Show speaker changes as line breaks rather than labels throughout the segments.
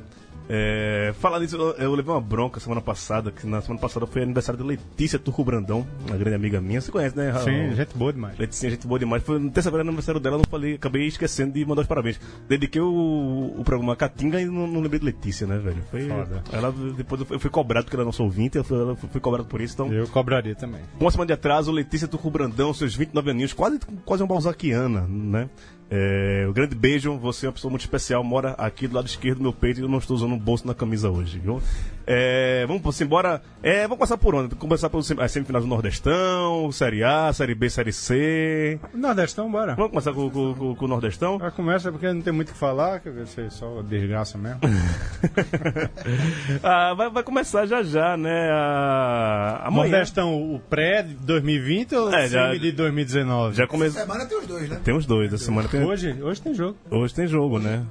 É, falar nisso, eu, eu levei uma bronca semana passada, que na semana passada foi aniversário de Letícia Turco Brandão, uma grande amiga minha. Você conhece, né, Raul?
Sim, gente boa demais.
Letícia, gente boa demais. Foi na terça-feira no aniversário dela, eu não falei, acabei esquecendo de mandar os parabéns. Dediquei o, o programa a Catinga e não, não lembrei de Letícia, né, velho? Foi,
Foda.
Ela depois eu fui- eu fui cobrado porque ela é nossa ouvinte, eu fui, ela fui cobrado por isso, então.
Eu cobraria também.
Com uma semana de atraso, Letícia Turco Brandão, seus 29 aninhos, quase, quase uma balzaquiana, né? É, um grande beijo, você é uma pessoa muito especial, mora aqui do lado esquerdo do meu peito e eu não estou usando um bolso na camisa hoje, viu? É, vamos embora. É, vamos começar por onde? Começar pelas semifinais do Nordestão, Série A, Série B, Série C.
Nordestão, bora.
Vamos começar com, com- com- com o Nordestão?
A conversa é porque não tem muito o que falar, que vai ser é só desgraça mesmo.
Ah, vai, vai começar já já, né? A, amanhã.
Nordestão, o pré de 2020 ou
É,
o
já-
semi de 2019?
Já começou.
Semana tem os dois, né?
Tem os dois, a semana tem.
Hoje, hoje tem jogo.
Hoje tem jogo, né?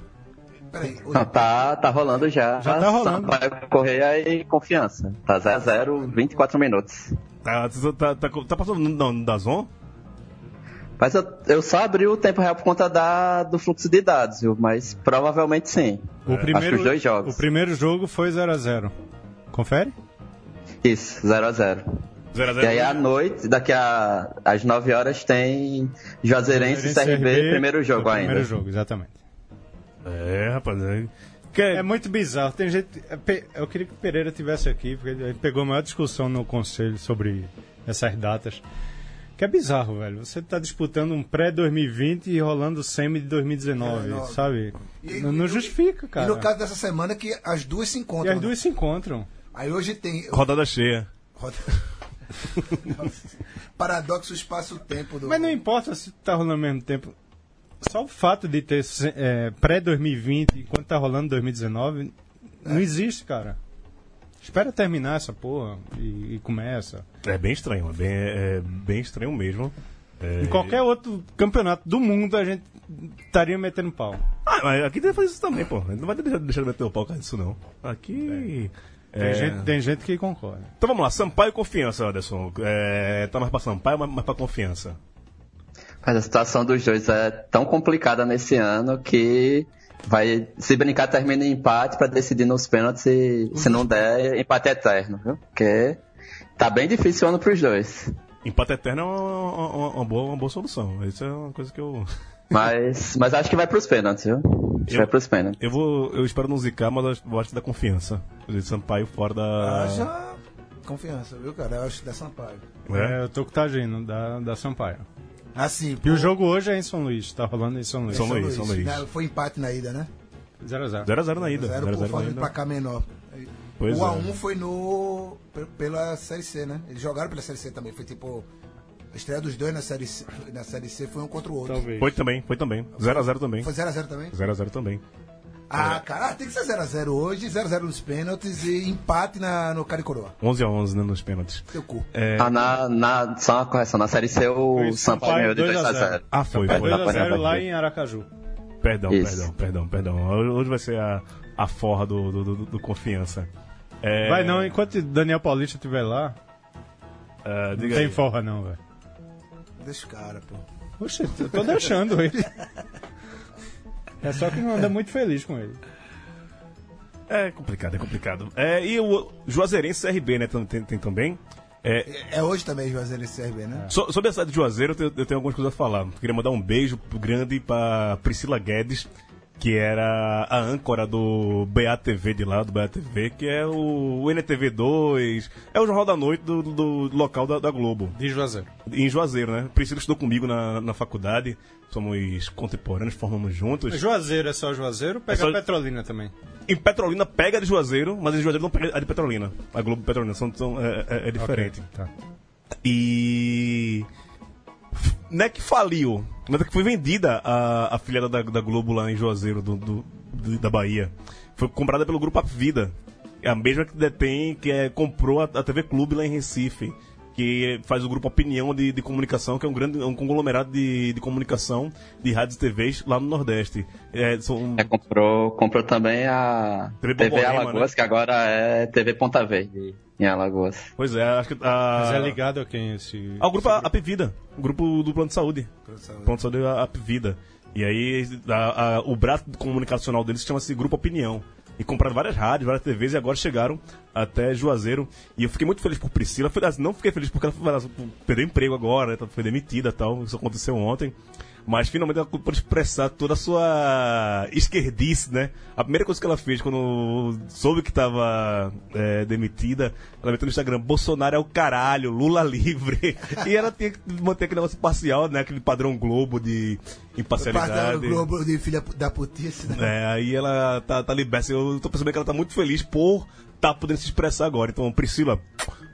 Peraí.
Não, tá, tá rolando já.
Já tá rolando.
Sampaio Correia e confiança. Tá 0x0, 24 minutos.
Tá, tá, tá, tá passando no, no Dazon?
Mas eu, eu só abri o tempo real por conta da, do fluxo de dados, viu? Mas provavelmente sim.
O primeiro,
É. os dois jogos.
O primeiro jogo foi 0x0. Confere?
Isso, 0x0.
0x0.
E aí à noite, daqui a, às 9 horas, tem Juazeirense e CRB, primeiro jogo
o
ainda.
Primeiro jogo, exatamente.
É, rapaz. É... Quer-
É muito bizarro. Tem gente. é, Pe- Eu queria que o Pereira tivesse aqui, porque ele pegou a maior discussão no conselho sobre essas datas. Que é bizarro, velho. Você tá disputando um pré-2020 e rolando o semi de 2019,
19.
sabe?
é, E-
não não
e-
justifica,
E
cara.
no caso dessa semana que as duas se
E
encontram. né?
as duas se encontram.
Aí hoje tem.
Rodada cheia.
Roda- Paradoxo espaço-tempo do.
Mas não importa se tá rolando ao mesmo tempo. Só o fato de ter se- é, pré-2020 enquanto tá rolando 2019,
É.
não existe, cara. Espera terminar essa porra e, e começa.
É bem estranho, é bem, é bem estranho mesmo. É...
Em qualquer outro campeonato do mundo a gente estaria metendo pau.
Ah, mas aqui deve fazer isso também, pô. Não vai deixar, deixar de meter o pau por causa disso, não. Aqui.
Tem,
é.
gente, tem gente que concorda.
Então vamos lá, Sampaio e Confiança, Anderson. É, tá mais pra Sampaio, mas mais pra Confiança.
Mas a situação dos dois é tão complicada nesse ano que vai se brincar termina em empate para decidir nos pênaltis se, se não der empate é eterno, viu? Porque tá bem difícil o ano pros dois.
Empate eterno é uma, uma- uma boa, uma boa solução. Isso é uma coisa que eu.
Mas, mas acho que vai pros pênaltis, viu? Acho que
Eu-
vai pros pênaltis.
Eu vou. Eu espero não zicar, mas eu acho- eu acho que dá confiança. O Luiz Sampaio fora da.
Haja Ah, confiança, viu, cara? Eu acho que dá Sampaio.
É.
É, eu tô com o Tagino, da, da Sampaio.
Assim,
E o jogo hoje é em São Luís, tá rolando em São Luís.
São Luís, São Luís.
né, Foi empate na ida, né?
0x0.
0x0 na ida.
Zero
0x0
por
na
fazendo pra
ida.
cá menor.
Pois
o A1
é.
foi no. pe- pela Série C, né? Eles jogaram pela Série C também. Foi tipo. A estreia dos dois na Série C, na série C foi um contra o outro.
Talvez.
Foi também, foi também. 0x0 também.
Foi 0x0 também?
0x0 também. É.
Ah, cara, tem que ser 0x0 hoje, 0x0 nos pênaltis e empate na, no cara e coroa.
11x11, né, nos pênaltis.
Teu cu.
É.
É.
Ah, na, na, só uma correção, na série C o
Isso,
Sampaio ganhou de
2 a 0.
2x0.
Ah, foi, foi.
2x0 lá em Aracaju.
Perdão,
Isso.
perdão, perdão, perdão. Hoje vai ser a, a forra do, do, do- do confiança. É,
Vai não, enquanto Daniel Paulista estiver lá,
é,
não
diga
tem
aí.
forra não, velho.
Deixa o cara, pô.
Oxe, eu tô deixando ele. É só que não anda muito feliz com ele.
É complicado, é complicado. É, e o Juazeirense CRB, né? Tem, tem- tem também. É,
É hoje também, Juazeiro e CRB, né?
So- sobre a cidade de Juazeiro, eu tenho, eu tenho algumas coisas a falar. Queria mandar um beijo grande pra Priscila Guedes, que era a âncora do BATV de lá, do BATV, que é o, o NTV2, é o Jornal da Noite do, do local da, da Globo,
De Juazeiro.
em Juazeiro, né? Priscila estudou comigo na, na faculdade, somos contemporâneos, formamos juntos.
Juazeiro é só Juazeiro, pega
só-
a Petrolina também.
Em Petrolina pega a de Juazeiro, mas a de Juazeiro não pega a de Petrolina. A Globo e Petrolina são, são, é, é- é diferente.
Ok, tá.
E. Não é que faliu, mas é que foi vendida a, a filiada da, da Globo lá em Juazeiro, do, do- do- da Bahia. Foi comprada pelo Grupo Apvida. É a mesma que detém, que é, comprou a, a TV Clube lá em Recife. Que faz o grupo Opinião de, de Comunicação, que é um grande é um conglomerado de, de comunicação de rádios e TVs lá no Nordeste. É, são
É, comprou, comprou também a
TV
TV,
Borborema,
Alagoas,
né?
que agora é TV Ponta Verde em Alagoas.
Pois é, acho que. A,
Mas é ligado a quem esse.
Ao É grupo Apvida, o grupo do plano de saúde. Plano de saúde é a Apvida. E aí a- a- o braço comunicacional deles chama-se Grupo Opinião. E compraram várias rádios, várias TVs e agora chegaram até Juazeiro. E eu fiquei muito feliz por Priscila. Fui- Não fiquei feliz porque ela foi- perdeu emprego agora, né, foi demitida e tal. Isso aconteceu ontem. Mas finalmente ela pôde expressar toda a sua esquerdice, né? A primeira coisa que ela fez quando soube que estava demitida, ela meteu no Instagram: Bolsonaro é o caralho, Lula livre. e ela tinha que manter aquele negócio parcial, né? Aquele padrão Globo de
Passaram o
imparcialidade.
Globo de filha da putice, né?
É, aí ela tá, tá liberta. Eu tô percebendo que ela tá muito feliz por tá podendo se expressar agora. Então, Priscila,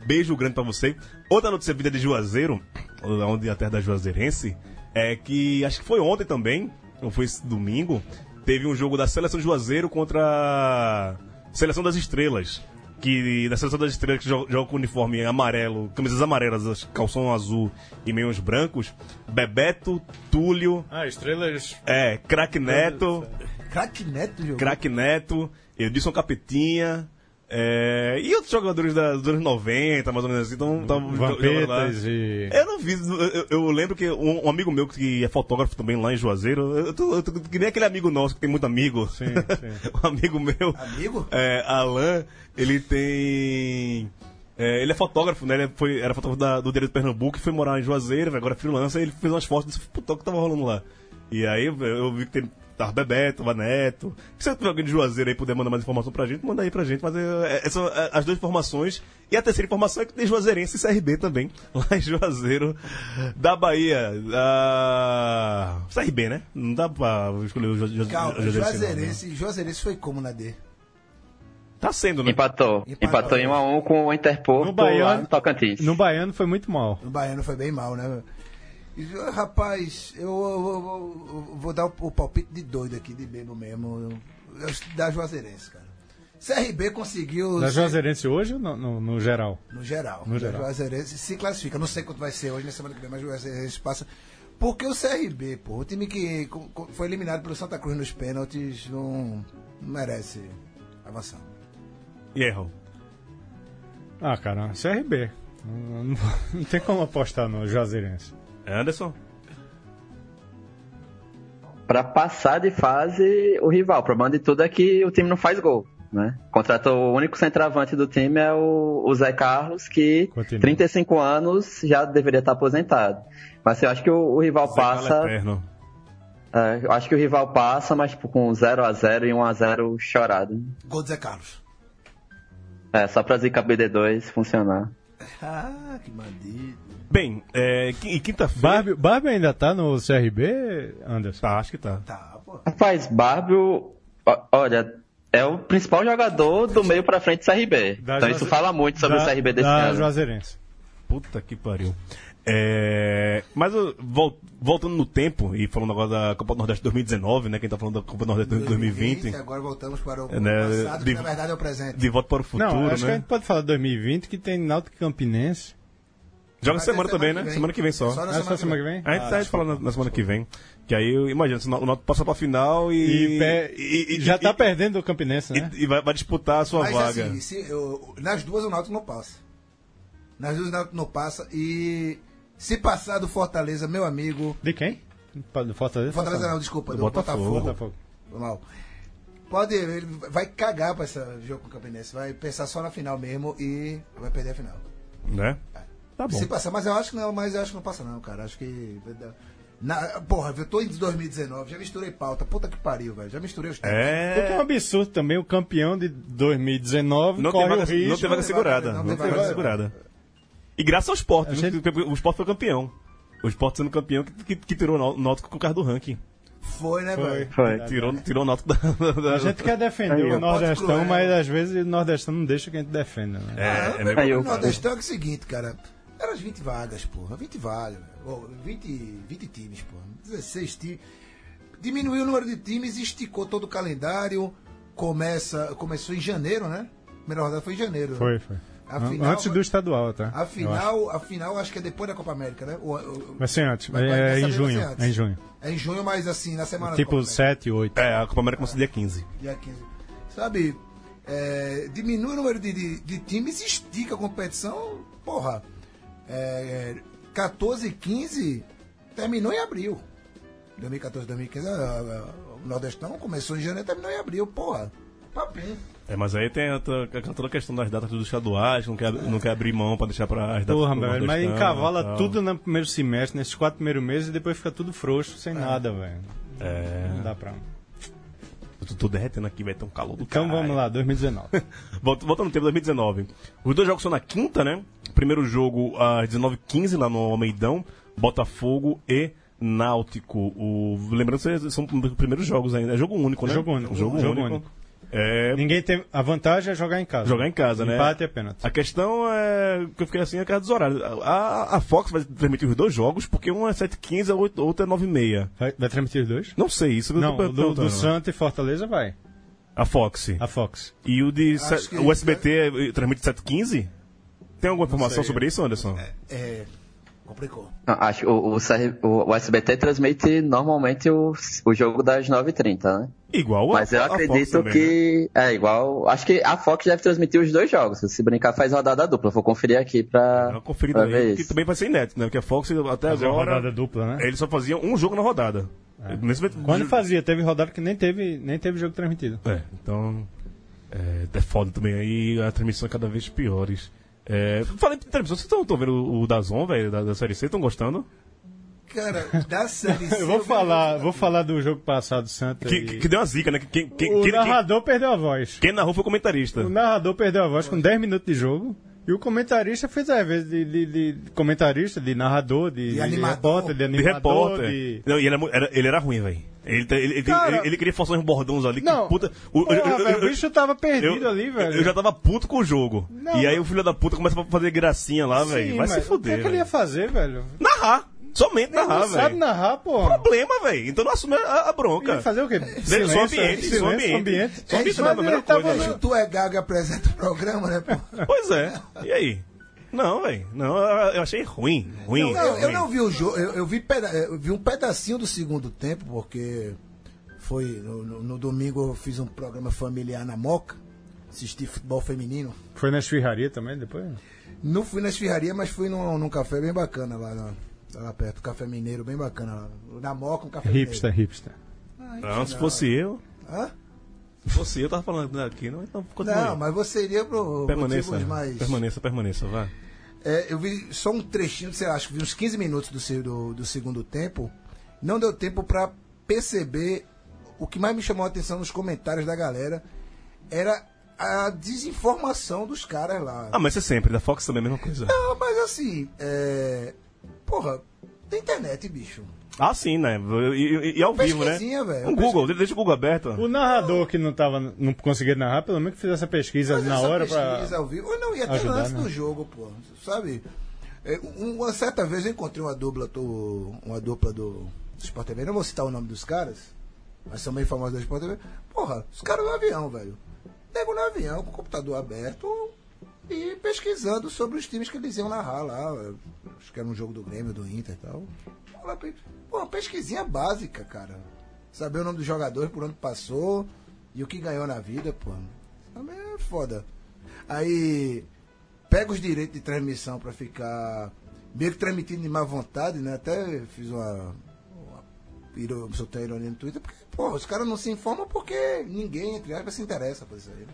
beijo grande pra você. Outra notícia vinda de Juazeiro, onde é a terra da Juazeirense, é que acho que foi ontem também, ou foi esse domingo, teve um jogo da Seleção de Juazeiro contra a Seleção das Estrelas. Que da Seleção das Estrelas, que jo- joga com uniforme amarelo, camisas amarelas, calção azul e meios brancos, Bebeto, Túlio,
Ah, estrelas.
é, Crack Neto,
Crack Neto jogou.
Craque Neto, Edilson Capetinha. é, e outros jogadores da- dos anos 90, mais ou menos assim, então tavam jogando lá.
Vampetas e.
Eu não vi, eu, eu lembro que um, um amigo meu que é fotógrafo também lá em Juazeiro, eu tô, eu tô que nem aquele amigo nosso que tem muito amigo.
Sim, sim.
um amigo meu.
Amigo?
É, Alan, ele tem. é, ele é fotógrafo, né? Ele foi, era fotógrafo da- do Direito de Pernambuco e foi morar em Juazeiro, agora é freelancer, e ele fez umas fotos desse putão que tava rolando lá. E aí eu, eu vi que tem. Tava Bebeto, tava Neto. Se tiver alguém de Juazeiro aí puder mandar mais informação pra gente, manda aí pra gente. Mas eu- é, são é, as duas informações. E a terceira informação é que tem Juazeirense e CRB também, lá em Juazeiro, da Bahia. Ah, CRB, né? Não dá pra escolher o Ju- Ju-
Calma,
Juazeirense, não, né?
Juazeirense, Juazeirense foi como na D?
Tá sendo, né?
Empatou.
Empatou.
Empatou, em 1x1 com o Interpol
No
no
Baiano-
lá no Tocantins.
No baiano foi muito mal.
O baiano foi bem mal, né? E, Rapaz, eu, eu- eu- eu vou dar o, o palpite de doido aqui, de bebo mesmo. Eu, eu- da Juazeirense, cara. CRB conseguiu,
Da
se-
Juazeirense hoje ou no, no- no geral?
no geral,
No
da
geral.
Juazeirense se classifica. Não sei quanto vai ser hoje, na semana que vem, mas o Juazeirense passa. Porque o CRB, pô, o time que co- co- foi eliminado pelo Santa Cruz nos pênaltis, não, não merece avançar.
E errou.
Ah, cara, CRB. Não, não- não tem como apostar no Juazeirense.
É, Anderson?
para passar de fase o rival. O problema de tudo é que o time não faz gol. Né? Contratou o único centroavante do time é o, o Zé Carlos, que
Continua.
35 anos já deveria estar aposentado. Mas eu acho que o, o rival passa.
Eterno.
é, eu acho que o rival passa, mas tipo, com 0 a 0 e 1 a 0 chorado.
Gol do Zé Carlos.
É, só pra zica BD2 funcionar.
Ah, que bandido.
Bem, é, qui- e quinta-feira.
Barbie, Barbie ainda tá no CRB, Anderson?
Tá, acho que tá.
Tá, pô.
Rapaz, Barbio, ó- olha, é o principal jogador do meio pra frente do CRB.
Da
então isso
Juaze-
fala muito sobre
da-
o CRB desse
da
ano.
Juazeirense.
Puta que pariu. É, mas eu- vol- voltando no tempo e falando agora da Copa do Nordeste 2019, né? Quem tá falando da Copa do Nordeste 2020,
Agora voltamos para o
É, né,
passado,
de-
que na verdade é o presente.
de volta para o futuro,
Não, acho que a
né?
gente pode falar de 2020, que tem Náutico e Campinense.
Joga
Mas é
semana também, né? Semana que vem só.
Só na
Essa semana que vem?
A gente tá a gente fala na, na semana que vem. Que aí, eu imagino, se o Nau- o Náutico passar pra final e.
E, pé-
e- e-
já
e-
tá perdendo o Campinense, né?
E, e vai, vai disputar a sua
Mas
vaga.
assim, se eu- nas duas o Náutico não passa. Nas duas o Náutico não passa. E se passar do Fortaleza, meu amigo.
De quem? Do Fortaleza?
Fortaleza não, desculpa, do,
Botafogo.
Botafogo.
Botafogo.
Foi Mal. Pode, ele vai cagar pra esse jogo com o Campinense. Vai pensar só na final mesmo e vai perder a final.
Né? Tá bom.
Se passar, mas eu acho que não, mas eu acho que não passa, não, cara. Acho que. vai dar- Na, porra, eu tô em 2019, já misturei pauta. Puta que pariu, velho. Já misturei os tempos.
Porque é
É.
um absurdo também, o campeão de 2019
Não tem,
corre
vaga,
o risco.
não tem vaga segurada. Não tem vaga segurada. E graças ao esporte,
Achei-
né? o esporte foi campeão. O esporte sendo campeão que, que, que tirou o Nau- Náutico com o carro do ranking.
Foi, né,
Foi.
velho?
Foi.
Tirou, tirou o Náutico da. da-
A gente quer defender
Aí,
o
ó.
Pode
Nordestão,
cruel.
mas às vezes o Nordestão não deixa que a gente defenda. Né?
É, é
Aí
meio...
eu-
O Nordestão é o seguinte, cara. Eram as 20 vagas, porra. 20 vagas. Ou 20, 20 times, porra. 16 times. Diminuiu o número de times, esticou todo o calendário. Começa, começou em janeiro, né? A primeira rodada foi em janeiro.
Foi, foi.
A
An-
final-
antes do estadual, tá? Eu
A
acho.
final, a final acho que é depois da Copa América, né? Ou- ou-
Vai ser antes.
Mas
é,
vai- dessa
em
vez vai ser
junho.
antes.
É em junho.
É em junho, mas assim, na semana da
Tipo
Copa América.
7, 8.
é, a Copa América começa dia 15.
dia 15. Sabe, é, diminui o número de, de, de times, estica a competição, porra. É, 14, 15, terminou em abril. 2014, 2015, a- a- é, o Nordestão começou em janeiro, terminou em abril, porra. Papinho.
É, mas aí tem outra- aquela toda a questão das datas dos estaduais, não quer, não quer abrir mão pra deixar pra as datas
Porra,
do
velho, mas
Nordestão e
encavala
tal.
tudo no primeiro semestre, nesses quatro primeiros meses, e depois fica tudo frouxo, sem nada, velho. Não
É,
dá pra.
eu tô, tô derretendo aqui, vai ter um calor do
Então
caralho.
vamos lá, 2019.
Volta, volta no tempo, 2019. Os dois jogos são na quinta, né? O primeiro jogo às 19h15 lá no Almeidão, Botafogo e Náutico. O, lembrando que vocês são os primeiros jogos ainda. É jogo único, né?
Jogo único.
Jogo,
Jogo
único.
único.
É,
Ninguém tem. A vantagem é jogar em casa.
jogar em casa, né?
Empate é pênalti.
A questão é que eu fiquei assim é a casa dos horários. A, a Fox vai transmitir os dois jogos, porque um é 7h15, a outra- outra é 9h30.
Vai, vai transmitir os dois?
Não sei, isso que eu
Não,
tô
o do, do
perguntando. né?
Santa e Fortaleza vai.
A Fox.
A Fox.
E o de
Acho
se-
que-
o SBT é- transmite 7h15? Tem alguma informação
sei.
sobre isso, Anderson?
É, complicou.
Não, acho que o, o, CR o- o SBT transmite normalmente o, o jogo das 9h30, né?
Igual a-
Mas eu
a Fox
acredito
também, né?
que é igual. Acho que a Fox deve transmitir os dois jogos. Se brincar, faz rodada dupla. Vou conferir aqui pra,
Dá É uma
pra
conferida
ver
aí, que
isso.
também vai ser inédito, né? Porque a Fox até
Fazer uma
agora.
rodada dupla, né? É.
Eles só faziam um jogo na rodada. Nesse momento-
Quando fazia, teve rodada que nem teve, nem teve jogo transmitido.
É, então. É, é foda também aí, a transmissão é cada vez piores. É, falei de transmissão, vocês estão vendo o, o Dazon, velho, da, da série C, estão gostando?
Cara, da série C,
Eu vou
vi-
falar, vou falar do jogo passado Santa
Que,
e-
que, que deu uma zica, né? Que- Quem, quem,
o
quem, quem,
narrador perdeu a voz.
quem narrou foi o comentarista.
O narrador perdeu a voz com 10 minutos de jogo. E o comentarista fez às vezes de, de- de comentarista, de narrador, de,
De
de
animador.
repórter, de
De
animador.
repórter.
de-
Não, e ele, era mu- era, ele era ruim, velho. Ele, tá- ele, ele,
Cara-
ele- ele queria forçar uns bordões ali.
Não,
que puta. O,
Porra,
eu- eu-
velho,
eu-
o bicho tava perdido
eu-
ali, velho.
eu já tava puto com o jogo.
Não,
e aí
mas-
o filho da puta começa a fazer gracinha lá,
Sim,
velho. Vai se
mas O
fuder.
que, é que ele ia
velho.
fazer, velho?
Narrar. Somente
Ele
narrar,
não sabe
velho.
narrar, porra.
Problema, velho. Então não assume a, a
Ele
bronca.
ia fazer o quê?
Dentro do seu ambiente, seu
silêncio,
ambiente.
ambiente.
Seu ambiente não é a
Mas
melhor
ele tava
coisa,
no-
né?
Bicho, tu é gago e apresenta o programa, né, pô?
Pois é. E aí? Não, velho. Não, eu eu achei ruim. Ruim.
Não, eu, eu
ruim.
não vi o jogo, eu, eu vi, peda- eu vi um pedacinho do segundo tempo, porque foi no, no- no domingo eu fiz um programa familiar na Moca, assisti futebol feminino.
Foi na esfirraria também depois?
Não fui na esfirraria, mas fui num, num café bem bacana lá, na- lá perto, café mineiro bem bacana lá. Na Moca, um café mineiro.
Hipster, hipster.
Não, se fosse eu.
Hã?
Se fosse eu, tava falando aqui, não, então continue.
Não, mas você iria pro
permaneça,
motivos mais.
permaneça, permaneça, vá.
É, eu vi só um trechinho, sei lá, acho que vi uns 15 minutos do, se- do, do segundo tempo. Não deu tempo pra perceber. O que mais me chamou a atenção nos comentários da galera era a desinformação dos caras lá.
Ah, mas é sempre, da Fox também é a mesma coisa.
Ah, mas assim, é. Porra, tem internet, bicho.
Ah, sim, né? E, e- e ao vivo, né?
Pesquisinha, velho.
Um Google, deixa o Google aberto. ó.
O narrador que não, tava, não conseguia narrar, pelo menos que fizesse essa pesquisa
Fazer
na
essa
hora
pesquisa
pra.
ao vivo. Ou não, e até
ajudar,
lance
né?
do jogo, pô. Sabe? É, um- Uma certa vez eu encontrei uma dupla, do, uma dupla do Sport TV. Não vou citar o nome dos caras, mas são bem famosos da Sport TV. Porra, os caras no avião, velho. Nego no avião, com o computador aberto e pesquisando sobre os times que eles iam narrar lá. Acho que era um jogo do Grêmio, do Inter e tal. Fala pra ele, Pô, uma pesquisinha básica, cara. Saber o nome dos jogadores, por onde passou e o que ganhou na vida, pô. Também é foda. Aí pega os direitos de transmissão pra ficar meio que transmitindo de má vontade, né? Até fiz uma. uma iro- soltei uma ironia no Twitter, porque, pô, os caras não se informam porque ninguém, entre aspas, se interessa por isso aí.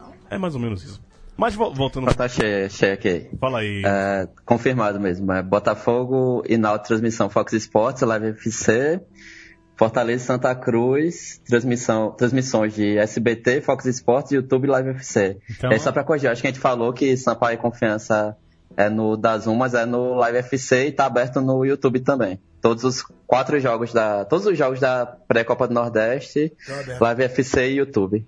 né?
É mais ou menos isso. Mas vo- voltando,
Tá cheio, cheio aqui.
fala aí.
É, confirmado mesmo. É Botafogo e Náutico, transmissão Fox Sports, Live FC, Fortaleza e Santa Cruz, transmissão, transmissões de SBT, Fox Sports, YouTube e Live FC.
Então-
é só pra corrigir, acho que a gente falou que Sampaio e Confiança é no Dazum, mas é no Live FC e tá aberto no YouTube também. Todos os quatro jogos da. Todos os jogos da pré-Copa do Nordeste,
Tá aberto.
Live FC e YouTube.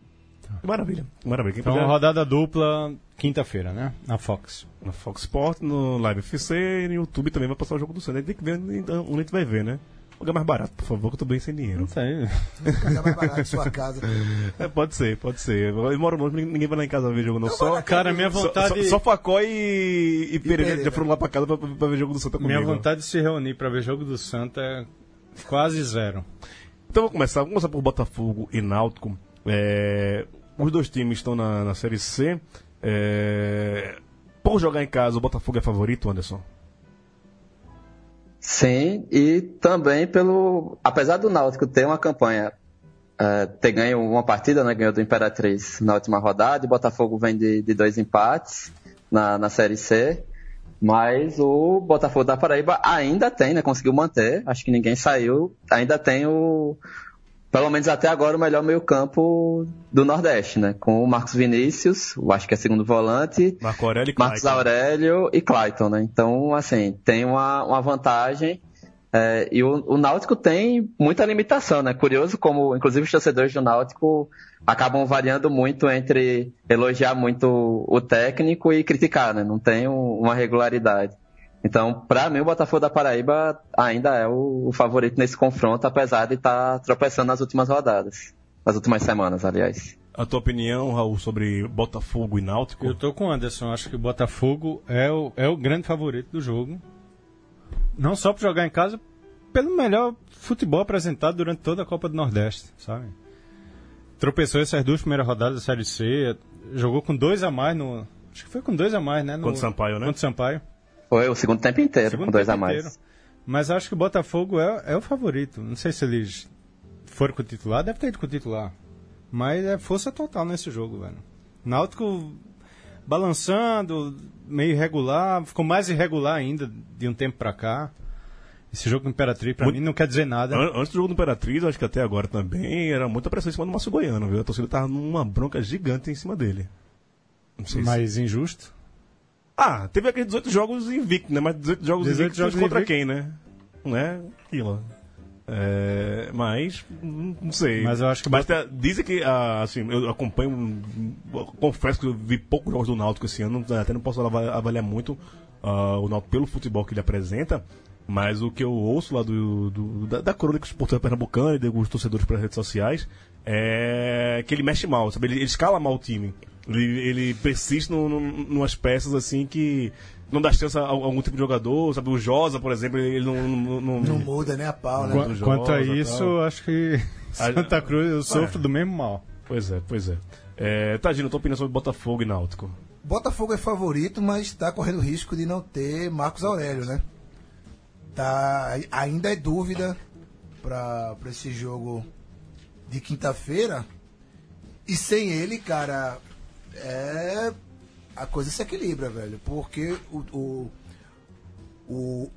Que maravilha, que maravilha. Quem
Então,
puder,
rodada dupla, quinta-feira, né? Na Fox.
na Fox Sport, no Live FC e no YouTube também vai passar o jogo do Santos. Tem que ver então, onde a gente vai ver, né? O lugar mais barato, por favor, que eu tô bem sem dinheiro.
Isso aí.
Casa mais barata de sua casa.
É, pode ser, pode ser. Eu moro longe, ninguém vai lá em casa ver jogo, não. Só,
Cara, minha
só,
vontade.
só- só Facó e, e Pereira
Pereira.
já foram lá pra casa pra, pra ver jogo do Santa comigo.
Minha vontade de se reunir pra ver jogo do Santa é quase zero.
Então vamos começar. Vamos começar por Botafogo e Náutico. É, os dois times estão na, na Série C. É, por jogar em casa, o Botafogo é favorito, Anderson?
Sim, e também pelo. Apesar do Náutico ter uma campanha, eh, ter ganho uma partida, né? Ganhou do Imperatriz na última rodada, e Botafogo vem de, de dois empates na, na Série C. Mas o Botafogo da Paraíba ainda tem, né? Conseguiu manter. Acho que ninguém saiu. Ainda tem o. Pelo menos até agora o melhor meio-campo do Nordeste, né? Com o Marcos Vinícius, eu acho que é segundo volante,
Marco Aurélio e
Marcos
Clayton.
Aurélio e Clayton, né? Então, assim, tem uma, uma vantagem. é, e o, o Náutico tem muita limitação, né? Curioso como, inclusive, os torcedores do Náutico acabam variando muito entre elogiar muito o técnico e criticar, né? Não tem um- uma regularidade. Então, pra mim, o Botafogo da Paraíba ainda é o, o favorito nesse confronto, apesar de estar tropeçando nas últimas rodadas. Nas últimas semanas, aliás.
A tua opinião, Raul, sobre Botafogo e Náutico?
Eu tô com o Anderson, acho que o Botafogo é o, é o grande favorito do jogo. Não só por jogar em casa, pelo melhor futebol apresentado durante toda a Copa do Nordeste, sabe? Tropeçou essas duas primeiras rodadas da Série C, jogou com dois a mais no. Acho que foi com dois a mais, né? No,
Contra o Sampaio, né?
Contra o Sampaio.
Foi o segundo tempo inteiro,
Segundo
com dois a
tempo
mais.
inteiro. Mas acho que o Botafogo é, é o favorito. Não sei se eles foram com o titular, deve ter ido com o titular. Mas é força total nesse jogo, velho. Náutico balançando, meio irregular, ficou mais irregular ainda de um tempo pra cá. Esse jogo com o Imperatriz, pra
Muito-
mim, não quer dizer nada.
An- Antes do jogo do Imperatriz, acho que até agora também, era muita pressão em cima do Márcio Goiano, viu? A torcida tava numa bronca gigante em cima dele. Não sei se-
Mas injusto.
Ah, teve aqueles 18 jogos invicto, né? Mas 18 jogos
18
invictos
jogos
contra
invicto.
quem, né? Não é aquilo. É, mas, hum, não sei.
Mas eu acho que
Mas tá- dizem que, ah, assim, eu acompanho. hum, eu Confesso que eu vi poucos jogos do Náutico esse ano, né, até não posso ava- avaliar muito ah, o Náutico pelo futebol que ele apresenta. Mas o que eu ouço lá do, do- da, da crônica esportiva pernambucana e de alguns torcedores pelas redes sociais é que ele mexe mal, sabe? Ele, ele escala mal o time. Ele, ele persiste num- num- numas peças assim que não dá chance a, a algum tipo de jogador, sabe? O Josa, por exemplo, ele não- não- não-
Não muda, né, a pau, né?
Qua-
do
Quanto a
Josa,
isso,
tal.
acho que
Ah,
Santa Cruz eu sofro do mesmo mal.
Pois é, pois é. é Tadinho, tua opinião sobre Botafogo e Náutico?
Botafogo é favorito, mas está correndo risco de não ter Marcos Aurélio, né? Tá, ainda é dúvida para esse jogo de quinta-feira. E sem ele, cara, é a coisa se equilibra, velho. Porque o, o, o,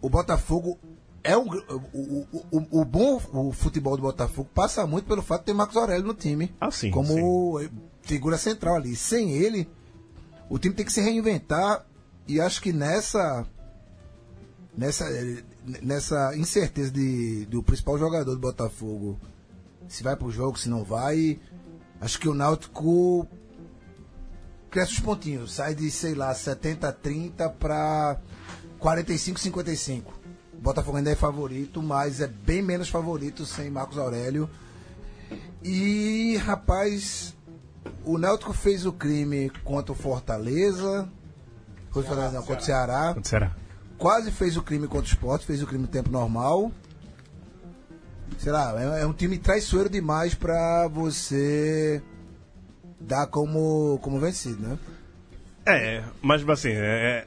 o Botafogo é um. O, o, o, o bom o futebol do Botafogo passa muito pelo fato de ter Marcos Aurélio no time.
Ah, sim,
Como figura central ali. Sem ele, o time tem que se reinventar. E acho que nessa. Nessa, eh, nessa incerteza de, do principal jogador do Botafogo, se vai pro jogo, se não vai, acho que o Náutico cresce os pontinhos. Sai de, sei lá, 70 30 para 45 55. O Botafogo ainda é favorito, mas é bem menos favorito sem Marcos Aurélio. E, rapaz, o Náutico fez o crime contra o Fortaleza. Foi Fortaleza, não, contra o Ceará.
Quanto será?
Quase fez o crime contra o Sport, fez o crime no tempo normal. Sei lá, é, é um time traiçoeiro demais pra você dá como, como vencido, né?
É, mas assim, é,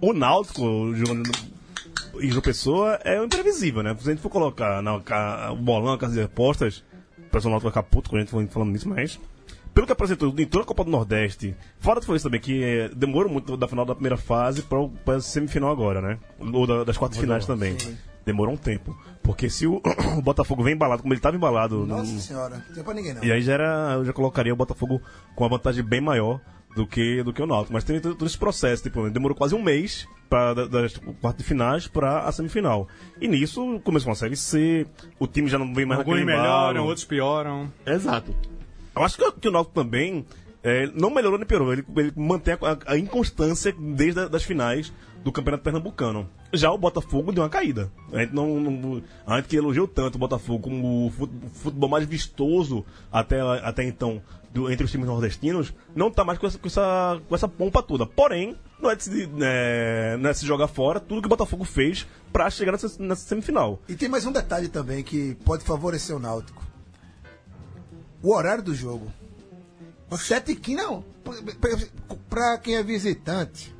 o Náutico jogando em João Pessoa é o imprevisível, né? Se a gente for colocar na, ca- o bolão, a casa de apostas, o pessoal do Náutico vai ficar puto quando a gente for falando nisso, mas... Pelo que apresentou, entrou na Copa do Nordeste. Fora do isso também, que é, demorou muito da final da primeira fase para a semifinal agora, né? Ou da- das quartas finais também. Demorou um tempo. Porque se o, o Botafogo vem embalado, como ele estava embalado no-
Nossa senhora, não tem pra ninguém não.
e aí já era, eu já colocaria o Botafogo com uma vantagem bem maior do que, do que o Náutico. Mas teve todo todo esse processo, tipo, demorou quase um mês pra, da- das quartas de finais para a semifinal. E nisso começou uma Série C, o time já não vem mais
Alguns
naquele
melhoram,
embalo.
outros pioram.
Exato. Eu acho que, o- que o Náutico também é, não melhorou nem piorou. Ele, ele mantém a, a inconstância desde a, das finais do Campeonato Pernambucano. Já o Botafogo deu uma caída. A gente, não, não- a gente que elogiou tanto o Botafogo como o fut- futebol mais vistoso até, até então do- entre os times nordestinos, não tá mais com essa, com essa, com essa pompa toda. Porém, não é, de se, é, não é de se jogar fora tudo que o Botafogo fez pra chegar nessa, nessa semifinal.
E tem mais um detalhe também que pode favorecer o Náutico. O horário do jogo. 7h15, não. Pra- pra- Pra quem é visitante,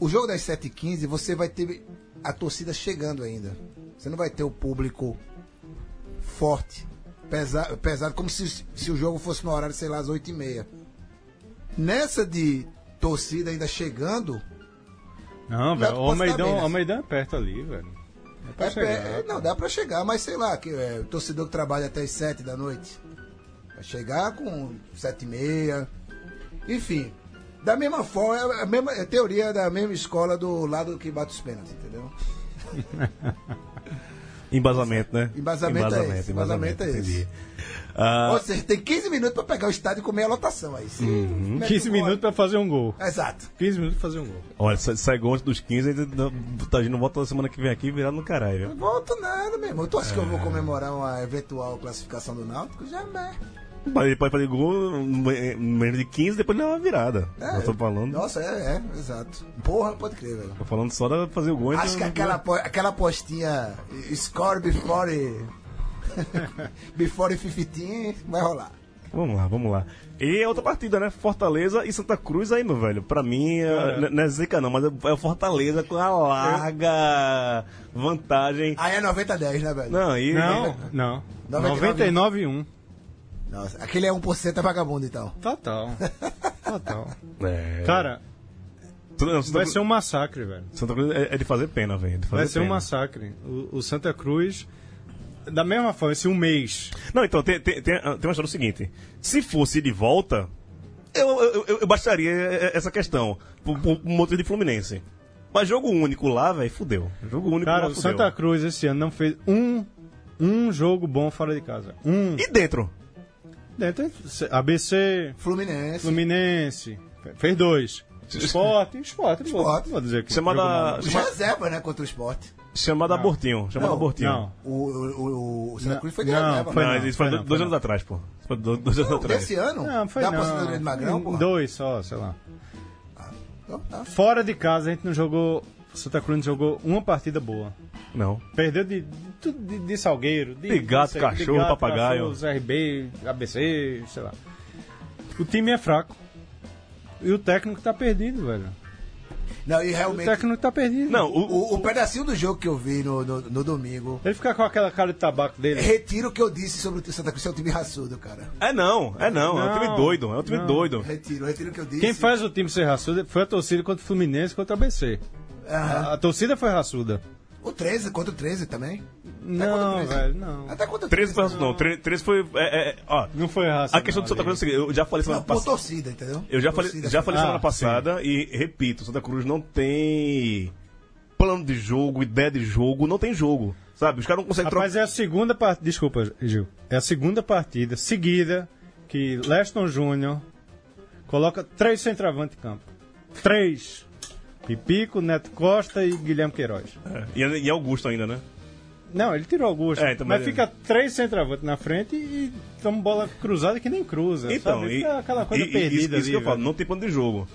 o jogo das 7h15 você vai ter a torcida chegando ainda. Você não vai ter o público forte, pesa- pesado, como se, se o jogo fosse no horário, sei lá, às 8h30. Nessa de torcida ainda chegando,
Não, velho. O
passa na
Almeidão,
beira.
Almeidão é perto ali, velho. É pra
É,
chegar.
é, não, dá pra chegar, mas sei lá, que, é, o torcedor que trabalha até as 7 da noite. Vai chegar com 7 e meia. Enfim. Da mesma forma, é a mesma é a teoria da mesma escola do lado que bate os pênaltis, entendeu?
Embasamento, né?
Embasamento é esse, embasamento é esse.
entendi. Ah,
Ou seja, tem 15 minutos pra pegar o estádio e comer a lotação aí. Se mete
15
um gole-
minutos pra fazer um gol.
Exato.
15 minutos pra fazer um gol.
Olha, sa- sai gol antes dos 15, ainda não- tá, a gente não volta na semana que vem aqui virado no caralho. viu?
Não volto nada, meu irmão. Tu acha que eu vou comemorar uma eventual classificação do Náutico? é, né? Jamais.
Mas Ele pode fazer gol em menos de 15, depois ele dá uma virada.
É.
Eu tô falando.
Nossa, é, é, exato. Porra, pode crer, velho.
Tô falando só de fazer o gol
Acho que
então-
aquela, po- aquela postinha score before before 15 vai rolar.
Vamos lá, vamos lá. E a outra partida, né? Fortaleza e Santa Cruz aí, meu velho. Pra mim, é- n- não é zica não, mas é o Fortaleza com a larga vantagem.
Aí é 90 10, né, velho?
Não, e.
Não, não.
99.
99 1.
Nossa, aquele é 1% é vagabundo, então.
Total. Total.
É.
Cara,
Tudo- não, Santa,
vai
Cruz-
ser um massacre, velho.
Santa Cruz é, é de fazer pena, velho. é de fazer
Vai ser um
pena.
massacre. O, o Santa Cruz, da mesma forma, esse um mês.
Não, então, tem, tem, tem, tem uma história seguinte. Se fosse de volta, eu, eu, eu- eu baixaria eh, essa questão. Por, por um motivo de Fluminense. Mas jogo único lá, velho, fudeu. Jogo único
Cara,
lá,
o
fudeu.
Santa Cruz esse ano não fez um, um jogo bom fora de casa. Um. É,
E dentro?
Dentro, ABC,
Fluminense.
Fluminense, fe- fez dois. Esporte, esporte, não vou,
Esporte.
não vou dizer que
Chamada,
jogo
Os
chama-
reserva, né, contra o esporte.
chamada Abortinho. Chamada
Não.
Abortinho.
Não,
O, o, o, o Santa
Não,
Cruz foi de
não,
reserva.
foi
Não,
não,
isso foi,
foi
do-
não,
dois
foi
anos atrás, pô. Isso Foi do- dois anos
Não,
atrás.
Desse ano?
não, não foi
da
não.
aposentadoria de Magrão, pô.
Dois só, sei lá.
Então, tá.
Fora de casa a gente não jogou, Santa Cruz não jogou uma partida boa.
Não.
Perdeu de, tudo de, de salgueiro, de,
De gato,
sei-
cachorro, papagaio.
Cachorro, RB, ABC, sei lá. O time é fraco. E o técnico tá perdido, velho.
Não, e
O
realmente.
técnico tá perdido.
Não, o,
O, o pedacinho do jogo que eu vi no, no, no domingo.
Ele fica com aquela cara de tabaco dele.
Retiro o que eu disse sobre o Santa Cruz, é um time raçudo, cara.
é não, é não, é um time
Não,
doido, é um time
não.
doido.
Retiro, retiro o que eu disse.
Quem faz o time ser raçudo foi a torcida contra o Fluminense contra o ABC.
Aham.
A, a torcida foi raçuda.
O 13, contra o 13 também. contra o
Não,
Fluminense.
velho, não.
Até contra o
13 foi, não, 13 foi, é, é, ó,
Não foi raça.
a questão do Santa Cruz é o seguinte, eu já falei
Não,
semana
por
passada,
torcida, entendeu?
eu já falei,
Torcida.
já falei
Ah,
semana
sim.
passada e repito, o Santa Cruz não tem plano de jogo, ideia de jogo, não tem jogo, sabe? Os caras não conseguem trocar.
Rapaz, é a segunda partida. Desculpa, Gil. É a segunda partida seguida que Leston Júnior coloca três centroavantes em campo. Três. Pipico, Neto Costa e Guilherme Queiroz.
E, e Augusto ainda, né?
Não, ele tirou Augusto.
É, então,
mas
mas-
fica três centroavantes na frente e toma bola cruzada que nem cruza.
Então,
sabe?
e,
Fica é aquela coisa
e- e
perdida
isso, isso
ali, né?
que eu falo,
velho.
não tem plano de jogo.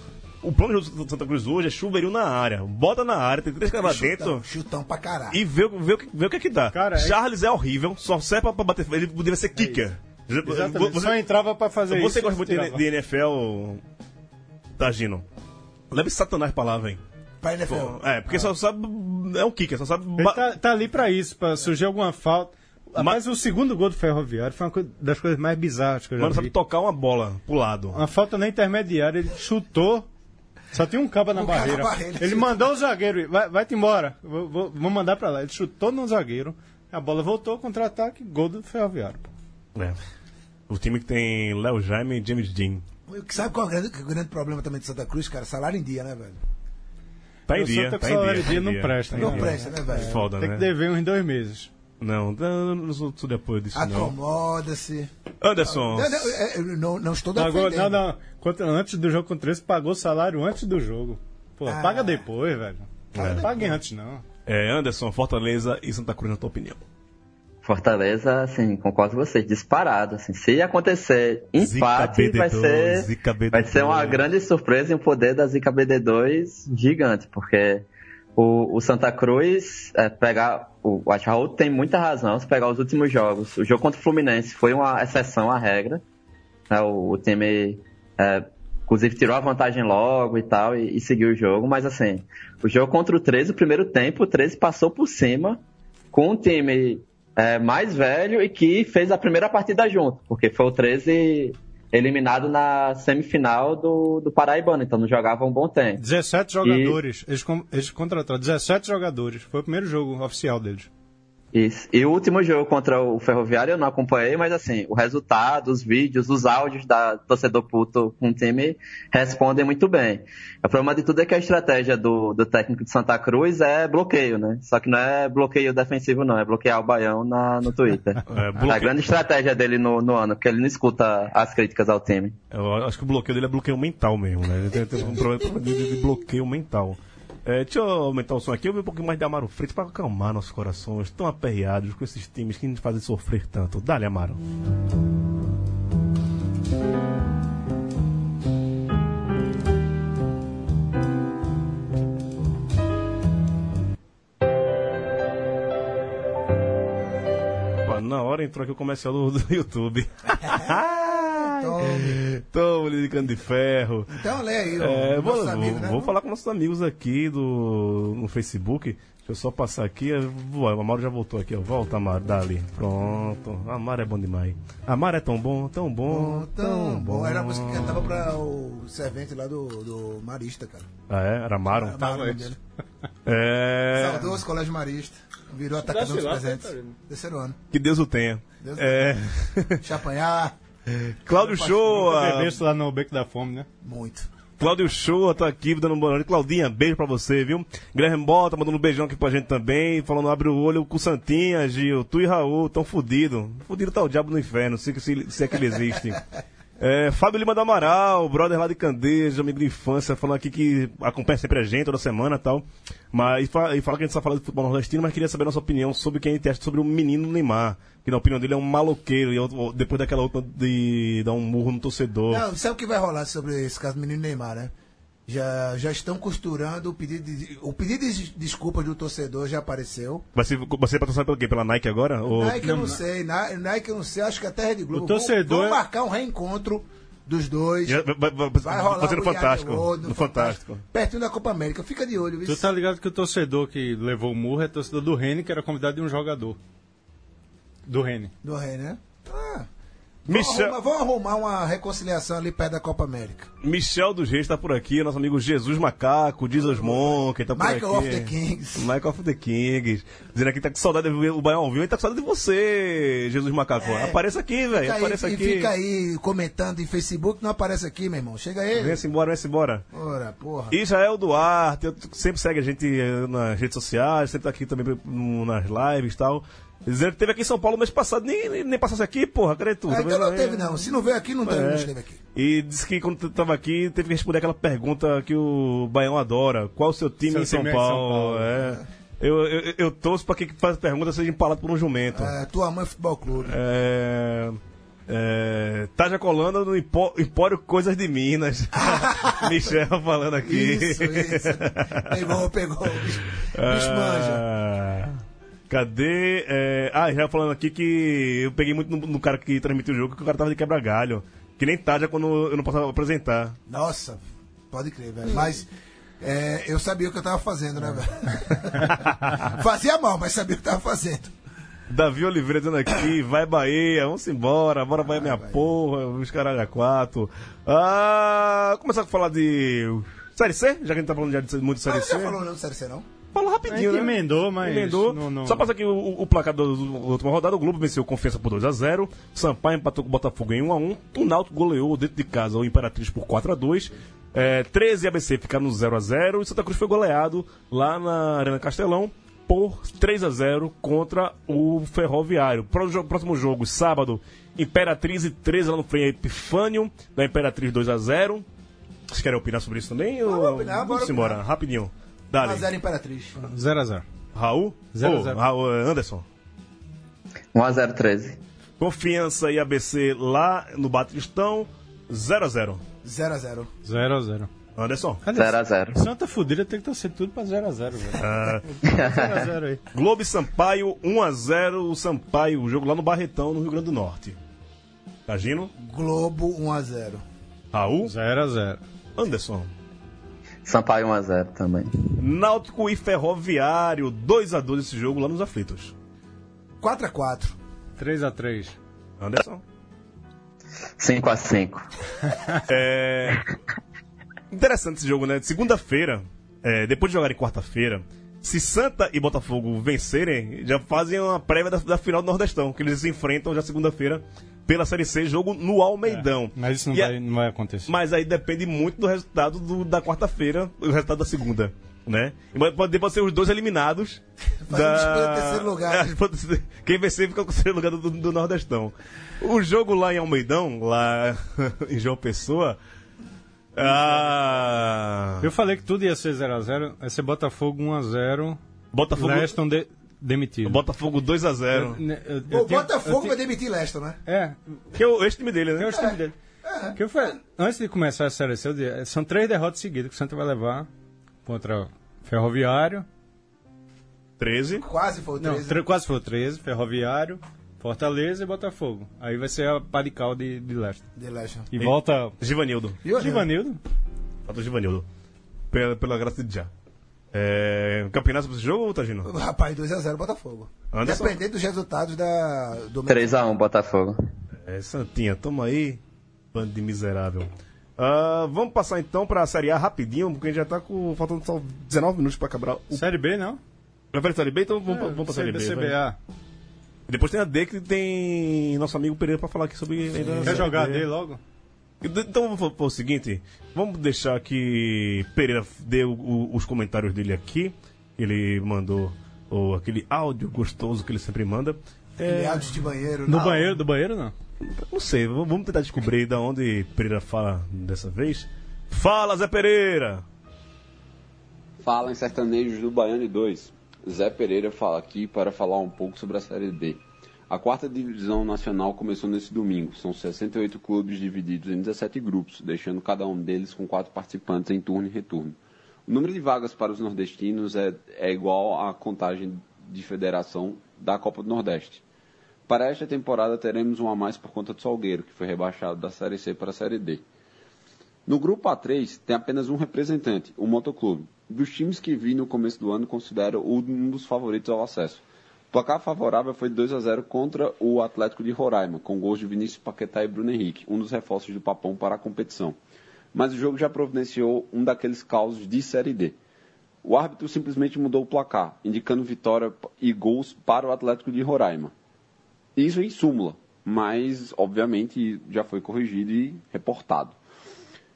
O plano de jogo do Santa Cruz hoje é chuveiro na área. Bota na área, tem três caras lá dentro
Chutão, chutão pra caralho.
e vê, o- vê, o que- vê o que é que dá.
Cara, é-
Charles é horrível, só serve pra, pra bater. Ele poderia ser kicker.
Exatamente.
Você-
Só entrava pra fazer
Você
isso.
gosta muito de,
tirava.
de NFL, Tagino? Leve Satanás pra lá, velho.
Pra NFL.
É, porque só sabe. É um kicker, só sabe.
Então, ah. Ele
ba-
tá, tá ali pra isso, pra surgir alguma falta. Mas o segundo gol do Ferroviário foi uma coisa- das coisas mais bizarras que eu já
Mano, sabe
vi.
tocar uma bola pro lado.
Uma falta na intermediária, ele chutou. Só tinha um caba na
Um cara
barreira.
na barreira.
Ele mandou o zagueiro, ir, vai, vai-te embora, vou, vou- vou mandar pra lá. Ele chutou no zagueiro, a bola voltou, contra-ataque, gol do Ferroviário. pô.
É. O time que tem Léo Jaime e James Dean.
O que Sabe qual é o grande, o grande problema também de Santa Cruz, cara? Salário em dia, né, velho?
Tá em
Eu sou
dia,
até com
tá em
salário
dia.
dia,
tá em
não presta,
tá em
né?
Não
dia.
presta, né, velho?
Foda,
Tem que
né?
dever uns dois meses.
Não, eu não sou sou de apoio disso, não.
Acomoda-se.
Anderson.
Ah, Não, não, é, eu não, não estou
Pagou,
defendendo.
não, não, contra- antes do jogo contra esse, pagou o salário antes do jogo. Pô,
Ah.
paga depois, velho. Não pague antes, não.
É, Anderson, Fortaleza e Santa Cruz, na tua opinião.
Fortaleza, assim, concordo com vocês, disparado. Assim, se acontecer
Zica
empate,
BD2,
vai, ser,
Zica BD2.
vai ser uma grande surpresa e um poder da Zica BD2 gigante, porque o, o Santa Cruz, é, pegar. O, acho que o Raul tem muita razão se pegar os últimos jogos. O jogo contra o Fluminense foi uma exceção à regra. né, o, o time, é, inclusive, tirou a vantagem logo e tal, e, e seguiu o jogo, mas assim, o jogo contra o 13, o primeiro tempo, o 13 passou por cima com um time é, mais velho e que fez a primeira partida junto, porque foi o 13 eliminado na semifinal do, do Paraibano, então não jogava um bom tempo.
17 jogadores, eles, com- eles contrataram 17 jogadores. Foi o primeiro jogo oficial deles.
Isso. E o último jogo contra o Ferroviário eu não acompanhei, mas assim, o resultado, os vídeos, os áudios da torcedor puto com o time respondem muito bem. O problema de tudo é que a estratégia do, do técnico de Santa Cruz é bloqueio, né? Só que não é bloqueio defensivo, não, é bloquear o Baião na, no Twitter.
Ah.
É,
A
bloqueio.
grande estratégia dele no, no ano, porque ele não escuta as críticas ao time.
Eu acho que o bloqueio dele é bloqueio mental mesmo, né? Ele tem, tem um problema de, de bloqueio mental. É, deixa eu aumentar o som aqui, eu vi um pouquinho mais de Amaro Freitas para acalmar nossos corações tão aperreados com esses times que nos fazem sofrer tanto. Dá-lhe, Amaro. Pô, Na hora entrou aqui o comercial do, do YouTube.
Então,
Tamo linicando de ferro.
então lê aí,
É,
o
vou,
nosso amigo,
vou-
né?
vou falar com nossos amigos aqui do, no Facebook. Deixa eu só passar aqui. Eu vou- O Amaro já voltou aqui, ó. Volta, Amaro, dali. Pronto. Amaro é bom demais. Amaro é tão bom, tão bom,
Então, bom, era a música que cantava pra o servente lá do, do Marista, cara.
Ah, é? né? Era Amaro?
Amaro, o nome dele.
É.
Saudoso Colégio Marista. Virou atacadão dos presentes. Terceiro ano.
Que Deus o tenha.
Deus
É.
Chapanhar,
Cláudio
Foi
Shoa.
besta lá no Beco da Fome, né?
muito.
Cláudio Shoa tá aqui dando um boa noite. Claudinha, beijo pra você, viu? Graham Ball tá mandando um beijão aqui pra gente também. Falando, abre o olho com Santinha, Gil, tu e Raul, tão fudido. Fudido tá o diabo no inferno, se, se, se é que ele existe. É, Fábio Lima do Amaral, brother lá de Candeja, amigo de infância, falando aqui que acompanha sempre a gente, toda semana e tal. Mas, e fala, e fala que a gente só fala de futebol nordestino, mas queria saber a nossa opinião sobre o que a gente acha sobre o menino Neymar. Que na opinião dele é um maloqueiro, e eu- depois daquela outra de dar um murro no torcedor.
Não, sabe o que vai rolar sobre esse caso do menino Neymar, né? Já, já estão costurando o pedido de, o pedido de desculpas do torcedor já apareceu.
Vai ser, vai ser é patrocinado pelo quê? Pela Nike agora? Ou-
Nike eu não sei, Na- Nike eu não sei, acho que até Rede Globo.
é-
O torcedor-
Vão, vão marcar um reencontro dos dois.
Já- vai- vai-
Vai rolar um
fazendo
o
Fantástico.
Yard Award
No Fantástico.
Pertinho da Copa América. Fica de olho, viu?
Tu tá ligado que o torcedor que levou o murro é torcedor do Rene, que era convidado de um jogador. Do Rene.
Do Rei, né? Ah, vão,
Michel,
arrumar, vão arrumar uma reconciliação ali perto da Copa América.
Michel dos Reis tá por aqui, nosso amigo Jesus Macaco, Jesus Monk, tá por
Michael
aqui.
of the Kings.
Michael of the Kings. Dizendo aqui que tá com saudade, de ver o Baião viu, ele tá com saudade de você, Jesus Macaco. Apareça aqui, velho,
É. Fica aí,
apareça
e
aqui.
fica aí comentando em Facebook, não aparece aqui, meu irmão. Chega aí.
Vem-se embora, vem-se embora.
Ora, porra.
Israel é Duarte, eu- sempre segue a gente eh, nas redes sociais, sempre tá aqui também no- nas lives e tal. Dizendo que teve aqui em São Paulo mês passado, nem, nem, nem passasse aqui, porra, acredito.
Ah,
Também
então não
é.
teve, não. Se não veio aqui, não, teve, não
É.
esteve aqui.
E disse que quando t- tava aqui, teve que responder aquela pergunta que o Baião adora. Qual o seu time,
Seu
em, São
time é em São
Paulo?
Paulo.
É. Eu, eu, eu torço pra quem que faz pergunta seja empalado por um jumento.
Ah, tua mãe Futebol Clube.
É. É, Taja Colando no Empo- Empório Coisas de Minas. Michel falando aqui.
Isso, isso. Pegou, pegou. Bicho, bicho manja.
Ah, Cadê? É, Ah, já falando aqui que eu peguei muito no, no cara que transmitiu o jogo que o cara tava de quebra-galho. Que nem Taja quando eu não posso apresentar.
Nossa, pode crer, velho. Mas é, eu sabia o que eu tava fazendo, né,
É.
velho? Fazia mal, mas sabia o que tava fazendo.
Davi Oliveira dizendo aqui, vai Bahia, vamos embora, bora Bahia minha porra, os caralho a quatro. Ah, começar a falar de Série C, já que a gente tá falando já de, muito de Série
Mas
C.
Ah, já falou não do Série C, não?
Falou
A gente
rapidinho, né?
emendou, mas
Emendou.
não- não-
Só passa aqui o, o placar da última rodada. O Globo venceu Confiança por 2x0. Sampaio empatou com o Botafogo em 1x1. O Náutico goleou dentro de casa o Imperatriz por 4x2. É, 13 e ABC ficaram no 0x0. E Santa Cruz foi goleado lá na Arena Castelão por 3x0 contra o Ferroviário. Pro jo- Próximo jogo, sábado, Imperatriz e 13 lá no Frei Epifânio. Da Imperatriz 2x0. Vocês querem opinar sobre isso também? ou-
Bora opinar, bora
Vamos embora,
opinar.
rapidinho. Dali.
1x0 Imperatriz.
0x0.
Raul?
Zero,
Ô,
zero.
Raul, eh, Anderson.
1x013.
Confiança e ABC lá no Batistão, 0x0.
0x0.
0x0.
Anderson.
0x0.
Santa Fudilha tem que torcer tudo pra 0x0, velho. 0x0 aí.
Globo e Sampaio, 1x0. O Sampaio, o jogo lá no Barretão, no Rio Grande do Norte. Imagino.
Globo 1x0.
Raul,
0x0.
Anderson.
Sampaio 1x0 também.
Náutico e Ferroviário, 2x2 esse jogo lá nos aflitos.
4x4.
3x3.
Anderson.
5x5.
Interessante esse jogo, né? Segunda-feira, é, depois de jogarem quarta-feira, se Santa e Botafogo vencerem, já fazem uma prévia da, da final do Nordestão, que eles se enfrentam já segunda-feira pela Série C, jogo no Almeidão.
É, Mas isso não,
E a-
vai, não vai acontecer.
mas aí depende muito do resultado do- da quarta-feira, o resultado da segunda, né? E pode- Pode, pode ser os dois eliminados.
Fazendo disputa de um terceiro lugar. né?
É, pode ser- Quem vencer fica com o terceiro lugar do, do Nordestão. O jogo lá em Almeidão, lá em João Pessoa. Ah,
Eu falei que tudo ia ser 0x0, ia ser Botafogo 1x0,
Botafogo,
Leston de- demitido.
Botafogo 2x0.
Né, é eu- eu
O
tinha-
Botafogo
eu
vai
tinha-
demitir Leston, né?
É,
Que é o ex-time dele,
é
né?
o time dele.
É.
Que eu falei, antes de começar a série, C, eu disse, são três derrotas seguidas que o Santa vai levar contra o Ferroviário.
13.
Quase foi o
Não,
13.
tre- quase foi o 13, Ferroviário, Fortaleza e Botafogo. Aí vai ser a parical de, de Leste.
De Leston.
E, volta
Givanildo.
E Giovanni.
Givanildo.
Falta o Givanildo. Pela, pela graça de já. É, campeonato pra esse jogo, Tagino?
Rapaz, 2x0 Botafogo.
Anderson.
Dependendo dos resultados da, do
3x1 Botafogo.
É, Santinha, toma aí, bando de miserável. Ah, vamos passar então pra Série A rapidinho, porque a gente já tá com, faltando só 19 minutos pra acabar o.
Série B, não?
Prefere Série B? Então
É,
vamos, vamos pra Série B. vai.
CBA.
Depois tem a D que tem nosso amigo Pereira pra falar aqui sobre. ainda a
Quer
Série
jogar
B.
D logo?
Então vamos fa- fazer o seguinte: vamos deixar que Pereira dê o- o- os comentários dele aqui. Ele mandou o, aquele áudio gostoso que ele sempre manda. É,
Milhares de banheiro.
No
Não.
banheiro, do banheiro não.
Não sei, v- vamos tentar descobrir da onde Pereira fala dessa vez. Fala, Zé Pereira!
Fala em Sertanejos do Baiano 2. Zé Pereira fala aqui para falar um pouco sobre a Série D. A quarta divisão nacional começou nesse domingo. São 68 clubes divididos em 17 grupos, deixando cada um deles com quatro participantes em turno e retorno. O número de vagas para os nordestinos é, é igual à contagem de federação da Copa do Nordeste. Para esta temporada teremos um a mais por conta do Salgueiro, que foi rebaixado da Série C para a Série D. No grupo A3 tem apenas um representante, o Motoclube. Dos times que vi no começo do ano, considero um dos favoritos ao acesso. O placar favorável foi 2 a 0 contra o Atlético de Roraima, com gols de Vinícius Paquetá e Bruno Henrique, um dos reforços do Papão para a competição. Mas o jogo já providenciou um daqueles causos de Série D. O árbitro simplesmente mudou o placar, indicando vitória e gols para o Atlético de Roraima. Isso em súmula, mas obviamente já foi corrigido e reportado.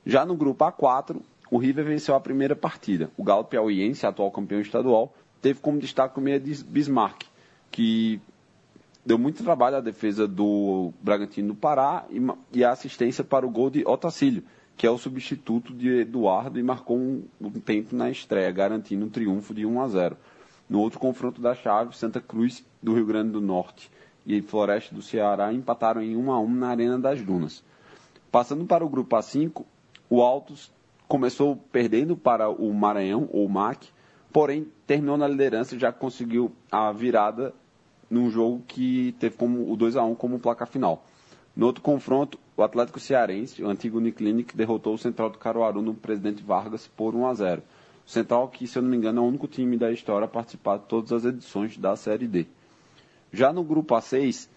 Já no grupo A4, o River venceu a primeira partida. O Galo Piauiense, atual campeão estadual, teve como destaque o meia Bismarck, que deu muito trabalho à defesa do Bragantino do Pará e, a assistência para o gol de Otacílio, que é o substituto de Eduardo e marcou um, um tempo na estreia, garantindo um triunfo de 1 a 0. No outro confronto da chave, Santa Cruz do Rio Grande do Norte e Floresta do Ceará empataram em 1 a 1 na Arena das Dunas. Passando para o grupo A5, o Altos começou perdendo para o Maranhão ou MAC, porém terminou na liderança e já conseguiu a virada num jogo que teve como o 2 a 1 como placar final. No outro confronto, o Atlético Cearense, o antigo Uniclinic, derrotou o Central do Caruaru no Presidente Vargas por 1 a 0. O Central, que se eu não me engano é o único time da história a participar de todas as edições da Série D. Já no grupo A6,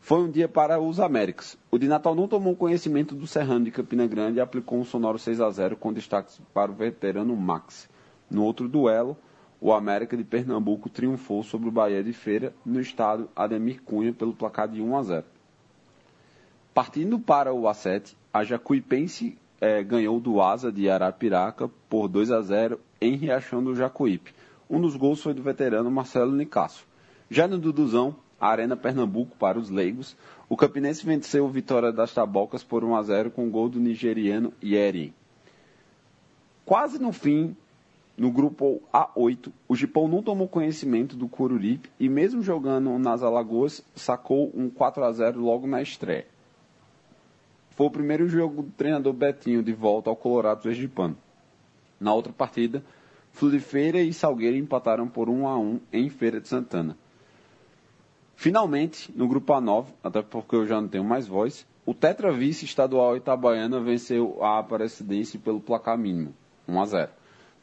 foi um dia para os Américas. O de Natal não tomou conhecimento do Serrano de Campina Grande e aplicou um sonoro 6 a 0 com destaques para o veterano Max. No outro duelo, o América de Pernambuco triunfou sobre o Bahia de Feira no estádio Ademir Cunha pelo placar de 1 a 0. Partindo para o A7, a Jacuipense eh, ganhou do Asa de Arapiraca por 2 a 0 em Riachão do Jacuípe. Um dos gols foi do veterano Marcelo Nicasso. Já no Duduzão, a Arena Pernambuco para os leigos, o Campinense venceu o Vitória das Tabocas por 1 a 0 com o gol do nigeriano Yerin. Quase no fim, no grupo A8, o Gipão não tomou conhecimento do Coruripe e mesmo jogando nas Alagoas, sacou um 4 a 0 logo na estreia. Foi o primeiro jogo do treinador Betinho de volta ao Colorado Sergipano. Na outra partida, Florifeira e Salgueiro empataram por 1 a 1 em Feira de Santana. Finalmente, no grupo A9, até porque eu já não tenho mais voz, o tetravice estadual Itabaiana venceu a Aparecidense pelo placar mínimo, 1 a 0.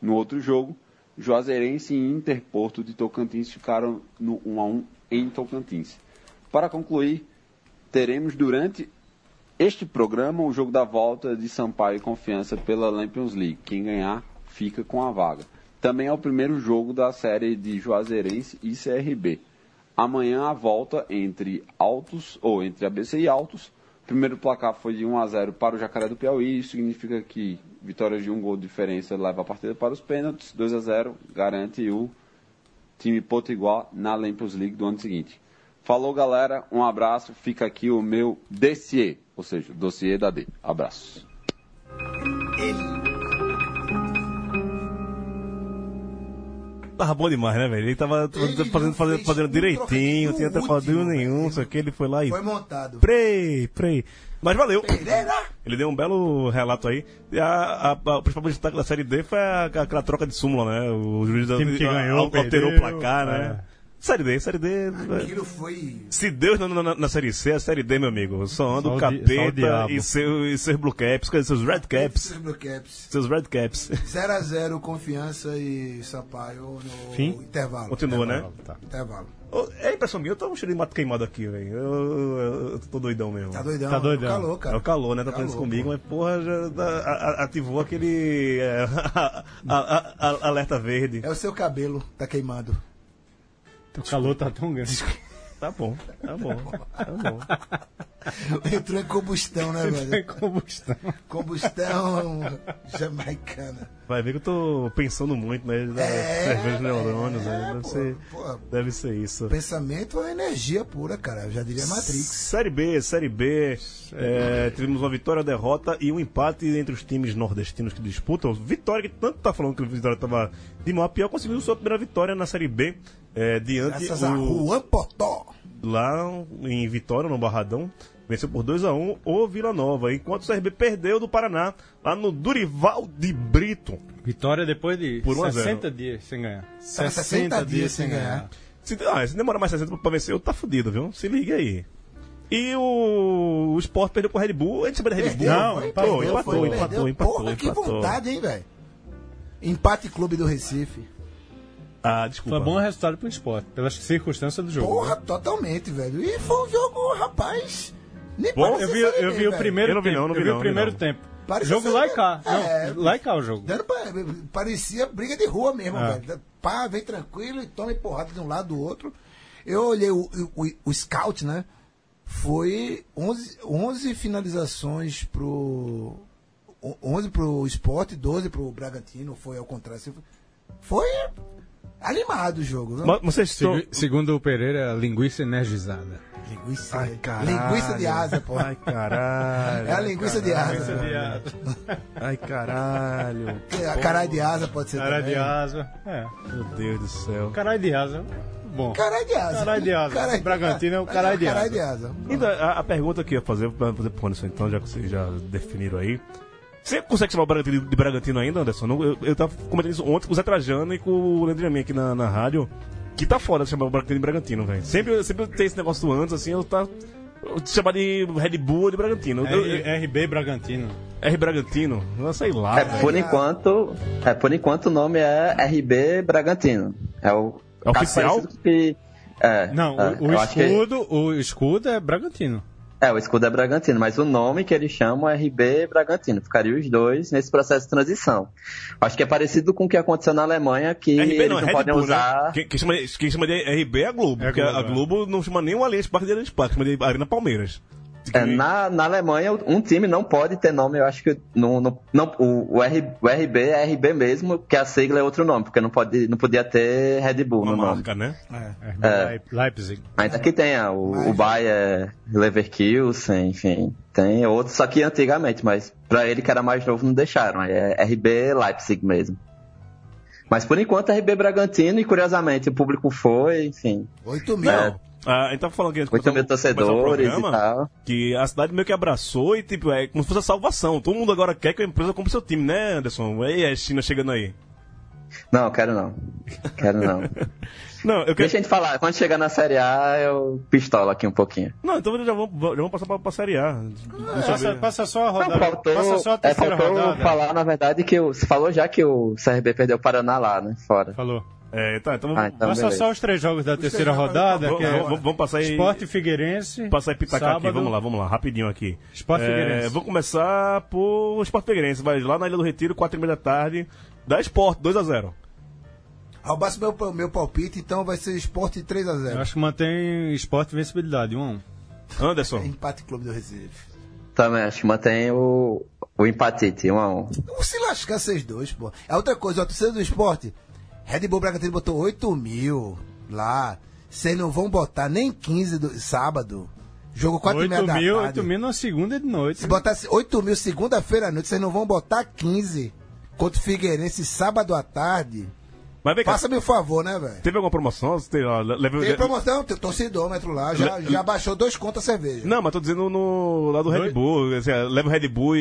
No outro jogo, Juazeirense e Interporto de Tocantins ficaram no 1 a 1 em Tocantins. Para concluir, teremos durante este programa o jogo da volta de Sampaio e Confiança pela Champions League. Quem ganhar fica com a vaga. Também é o primeiro jogo da série de Juazeirense e CRB. Amanhã a volta entre Altos ou entre ABC e Altos. Primeiro placar foi de 1 a 0 para o Jacaré do Piauí, isso significa que vitórias de um gol de diferença leva a partida para os pênaltis. 2 a 0 garante o time Potiguar na Champions League do ano seguinte. Falou, galera, um abraço. Fica aqui o meu dossiê, ou seja, dossiê da D. Abraços.
Tava bom demais, né, velho? Ele tava
Ele
fazendo,
não
fazendo,
fez
fazendo
um
direitinho,
trocadilho
tinha até
último,
nenhum,
velho.
só que ele foi lá e.
Foi montado.
Prei, prei. Mas valeu.
Pereira!
Ele deu um belo relato aí. E a, a, a, o principal destaque da Série D foi a- aquela troca de súmula, né? O juiz da,
Time que
a-
ganhou,
alterou o
perdeu, é.
placar, né? Série D, Série D.
Aquilo foi.
Se Deus não na, na Série C, é a Série D, meu amigo. Só
Só
anda o
o di- só o
capeta
diabo.
e, seu, e seus blue caps, quer dizer, seus red caps.
Blue Caps.
Seus red caps.
0x0 Confiança e Sampaio no
Fim?
intervalo. É,
Continua, né?
Tá.
Intervalo.
Ô, É impressão minha, eu tô um cheiro de mato queimado aqui, velho. Eu, eu- eu tô doidão mesmo.
Tá doidão?
Tá doidão.
Calor, cara.
É o calor, né? Tá fazendo isso
Calor,
comigo, mas porra, já tá- a- a- ativou aquele é, a- a- a- alerta verde.
É o seu cabelo, tá queimando.
O calor tá tão grande.
Tá bom, tá bom, tá bom.
Entrou em combustão, né, velho?
combustão.
Combustão jamaicana.
Vai ver que eu tô pensando muito, né? Da
É,
cerveja de neurônios,
é,
né? Deve,
pô,
ser,
pô.
deve ser isso.
Pensamento é energia pura, cara. Eu já diria Matrix.
Série B, Série B. é, tivemos uma vitória, derrota e um empate entre os times nordestinos que disputam. Vitória, que tanto tá falando que o Vitória tava de mal a pior, conseguiu sua primeira vitória na Série B. é, diante
Graças a
do,
Juan Potó.
lá em Vitória, no Barradão. Venceu por 2 a 1 o Vila Nova, enquanto o CRB perdeu do Paraná, lá no Durival de Brito.
Vitória depois de
Por um a zero.
60 dias sem ganhar.
60 dias Tá, sem ganhar.
Se, ah, se demorar mais 60 pra vencer, eu tá fudido, viu? Se liga aí. E o, o Sport perdeu pro Red Bull. A gente chama de Red Bull?
Não,
Pô,
empatou,
empatou, empatou,
Perdeu.
empatou, empatou,
Porra, que
empatou.
vontade, hein, velho? Empate Clube do Recife.
Ah, desculpa.
Foi bom resultado pro esporte, pelas circunstâncias do jogo.
Porra, totalmente, velho. E foi um jogo, rapaz. Nem
Bom,
parece
Eu vi,
série
eu
B,
vi o
velho.
primeiro
Eu não vi
tempo.
não, não
eu
vi
vi
não,
o
vi
primeiro
não.
tempo.
Parece
jogo
ser-
lá e cá. Não,
É.
lá e cá o jogo.
Dando pra- parecia briga de rua mesmo,
É.
velho. Pá, vem tranquilo e toma empurrada de um lado do outro. Eu olhei o, o, o scout, né? Foi 11, 11 finalizações pro. o- 11 pro esporte, 12 pro Bragantino. Foi ao contrário. assim, Foi animado o jogo. viu?
Mas Vocês estão...
Segu- Segundo o Pereira, linguiça energizada.
Linguiça, né? linguiça de asa, pô.
Ai, caralho.
É a linguiça de asa. né? É,
Ai, caralho.
A caralho de asa pode ser.
Caralho de
também.
asa. É.
Meu Deus do céu.
Caralho de asa. Bom.
Caralho de asa.
Caralho de asa. Bragantino é o caralho de
Caralho de asa.
Então, a, a pergunta que eu ia fazer, pra fazer pro Anderson, então, já que vocês já definiram aí. Você consegue chamar o Bragantino de Bragantino ainda, Anderson? Não, eu, eu tava comentando isso ontem com o Zé Trajano e com o Leandro Amin aqui na, na rádio. Que tá foda chamar o Bragantino de Bragantino, velho. Sempre, sempre tem esse negócio antes, assim, eu tá. eu te Chamar de Red Bull ou de Bragantino. Eu- eu-
É, R- RB Bragantino.
R Bragantino? Eu sei lá.
É, por enquanto, é, por enquanto o nome é RB Bragantino. É o
É
caso
oficial?
parecido Que, é,
Não,
é,
o, o
eu acho que,
escudo, o escudo é Bragantino.
é, o escudo é Bragantino, mas o nome que eles chamam é RB Bragantino. Ficaria os dois nesse processo de transição. Acho que é parecido com o que aconteceu na Alemanha, que
RB
eles
não,
não,
é Red
podem
Bull, né?
usar.
Quem, quem chama, de- quem chama de RB é a Globo.
É a
porque
Globo,
a
é.
Globo não chama nem o Allianz Parque de Allianz Parque, chama de Arena Palmeiras.
É, na, na Alemanha, um time não pode ter nome, eu acho que no, no- não, o, o, R, o RB é RB mesmo, que a sigla é outro nome, porque não, pode, não podia ter Red Bull
Uma
no nome.
marca, né?
É.
RB É,
É.
Leip- Leipzig.
Ainda que tenha o, o Bayer Leverkusen, enfim, tem outros, só que antigamente, mas pra ele que era mais novo não deixaram, aí é RB Leipzig mesmo. Mas por enquanto é RB Bragantino e curiosamente o público foi, enfim,
8 mil.
né?
Ah, a gente tava falando que a gente
Oito
começou-
mil torcedores
começou o
e tal.
Que a cidade meio que abraçou e, tipo, é como se fosse a salvação. Todo mundo agora quer que a empresa compre seu time, né, Anderson? E a China chegando aí.
Não, quero não. Quero não.
Não, eu quero.
Deixa a gente falar, quando chegar na Série A eu pistola aqui um pouquinho.
Não, então já vamos, já vamos passar pra, pra Série A.
É,
Passa, passa só a
Não,
rodada.
faltou,
passa só a
é,
terceira
faltou
rodada.
falar, na verdade, que o, você falou já que o CRB perdeu o Paraná lá, né? Fora.
Falou.
É, tá, então
Ah,
vamos,
então
Passa
beleza.
só os três jogos da terceira
três jogos
rodada.
vamos,
que é
vamos- vamos passar aí.
Esporte Figueirense.
Passar e pitacar
sábado.
aqui, vamos lá, vamos lá, rapidinho aqui.
Sport Figueirense.
Vamos começar por Sport Figueirense, vai lá na Ilha do Retiro, 4h30 da tarde, da Sport, 2x0.
Roubasse meu, meu palpite, então vai ser esporte 3x0.
Eu acho que mantém esporte vencibilidade, 1 um a 1
Anderson,
Empate Clube do Recife.
Também acho que mantém o, o empatite, um a um.
Não se lascar vocês dois, pô. É outra coisa, a torcida do esporte. Red Bull Bragantino botou 8 mil lá. Vocês não vão botar nem 15 do sábado. Jogo 4 e meia
8
da
mil,
tarde.
8 mil na segunda de noite.
Se botasse 8 mil segunda-feira à noite, vocês não vão botar 15 contra o Figueirense sábado à tarde.
mas vem cá,
Faça-me o favor, né, velho?
teve alguma promoção? Você Teve, ó, leve-
Tem promoção, tem torcidômetro lá. Já, já baixou dois contas a cerveja.
Não, mas tô dizendo no, lá do Red
Dois-
Bull, assim, ó, leva o Red Bull e,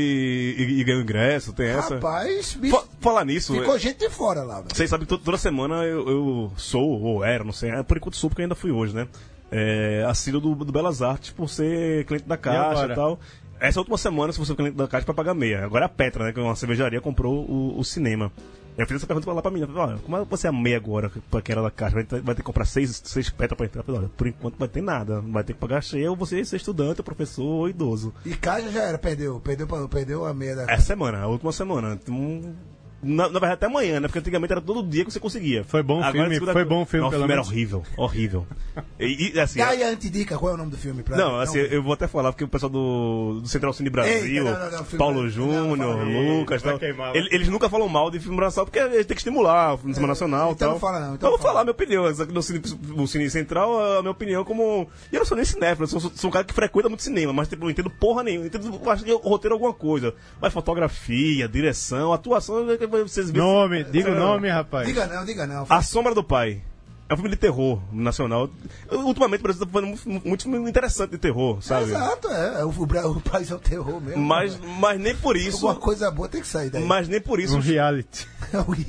e, e ganha o ingresso, tem essa.
Rapaz, bicho,
Fa- falar nisso,
ficou gente de fora lá, velho.
Vocês sabem que to- toda semana eu, eu sou, ou era, não sei, é, por enquanto sou, porque ainda fui hoje, né? É, assino do, do Belas Artes por ser cliente da Caixa e,
agora?
tal. Essa última semana, se você for cliente da Caixa, pra pagar meia. Agora é a Petra, né, que é uma cervejaria, comprou o, o cinema. Eu fiz essa pergunta pra lá pra mim, né? Falei, olha, como é que você é a meia agora, pra que era da Caixa? Vai ter, vai ter que comprar seis, seis Petra pra entrar? Eu Falei, olha, por enquanto não vai ter nada, vai ter que pagar cheia, ou você ser estudante, ou professor, ou idoso.
E Caja já era, perdeu. Perdeu, pra- perdeu a meia da.
Essa É semana, a última semana. Então, Na, na verdade, até amanhã, né? Porque antigamente era todo dia que você conseguia.
Foi bom o
Agora, é
filme,
segunda-
foi bom o filme,
Não,
pelo
filme era
menos.
horrível, horrível. E, e, assim,
Gaia Antidica, qual é o nome do filme? Pra
não, assim, eu vou até falar, porque o pessoal do, do Central Cine Brasil,
Eita, não, não, não, filme-
Paulo
não,
Júnior,
fala
não.
Lucas,
Vai
tal,
queimar, vai.
ele- eles nunca falam mal de filme nacional, porque eles têm que estimular o filme nacional e
então
tal.
não fala não, então
eu vou
não fala.
falar a minha opinião, essa aqui no Cine, no Cine Central, a minha opinião como... E eu não sou nem cinéfilo, eu sou, sou um cara que frequenta muito cinema, mas tipo, não entendo porra nenhuma, entendo, acho que eu roteiro é alguma coisa, mas fotografia, direção, atuação, é vocês É. veem...
Nome, diga o
Essa-
nome, rapaz.
Diga não, diga não.
a Sombra do Pai. É um filme de terror nacional. Ultimamente o Brasil tá fazendo muito, muito filme interessante de terror, sabe?
Exato, é. é, O, Bra- o país é um terror mesmo.
Mas,
velho.
mas nem por isso.
Alguma coisa boa tem que sair daí.
Mas nem por isso.
Um reality.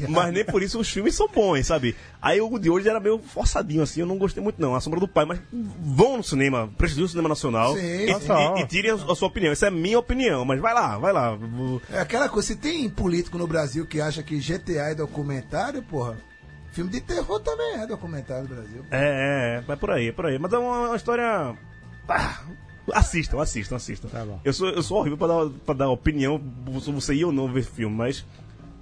Mas nem por isso os filmes são bons, sabe? Aí o de hoje era meio forçadinho, assim, eu não gostei muito, não. A Sombra do Pai, mas vão no cinema, prestigiem o cinema nacional
Sim.
e,
Total.
e, e tirem a sua opinião. Essa é a minha opinião, mas vai lá, vai lá.
É aquela coisa, se tem político no Brasil que acha que GTA é documentário, porra, filme de terror também é documentário no Brasil.
É, é, é, é por aí, é por aí. Mas é uma, uma história. Ah, assistam, assistam, assistam.
Tá bom.
Eu sou, eu sou horrível pra dar, pra dar opinião se você ia ou não ver filme, mas.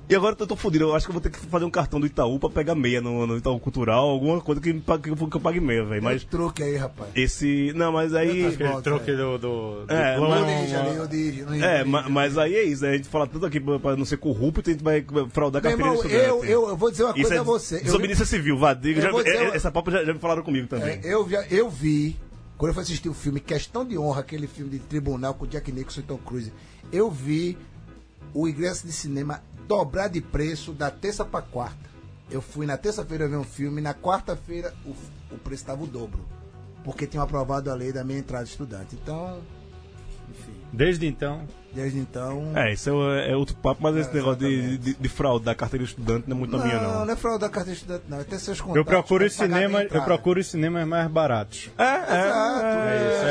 E agora eu tô- tô fodido, eu acho que eu vou ter que fazer um cartão do Itaú pra pegar meia no, no Itaú Cultural, alguma coisa que, me pague- que, eu, que eu pague meia, velho. Mas
Tem um truque aí, rapaz.
esse. Não, mas aí.
Aquele
Volta,
troque do. do, do
É,
clone.
Não origem ali, origem, não
É,
origem.
ma- mas aí é isso, né? A gente fala tanto aqui pra, pra não ser corrupto, a gente vai fraudar com
Meu
a carteira
irmão,
de
eu,
estudante.
eu, eu vou dizer uma
Isso é
coisa a você. Eu-
Desobediência civil, vá. diga-
Eu
já-
vou dizer
é-
uma-
Essa papo já, já me falaram comigo também.
É, eu, vi, eu vi, quando eu fui assistir o filme Questão de Honra, aquele filme de tribunal com Jack Nicholson e Tom Cruise, eu vi o ingresso de cinema dobrar de preço da terça pra quarta. Eu fui na terça-feira ver um filme, na quarta-feira o, f- o preço estava o dobro. Porque tinham aprovado a lei da minha entrada de estudante. Então, enfim,
Desde então.
desde então.
É, isso é, é outro papo, mas esse
É,
negócio de,
exatamente.
de, de fraudar carteira de estudante não é muito a
não,
minha,
não,
não.
é fraude da carteira de estudante, não. É ter seus contatos.
Eu procuro,
pra
os
pagar tipo a minha
cinemas, eu
entrada.
procuro os cinemas mais baratos.
É, é.
É isso,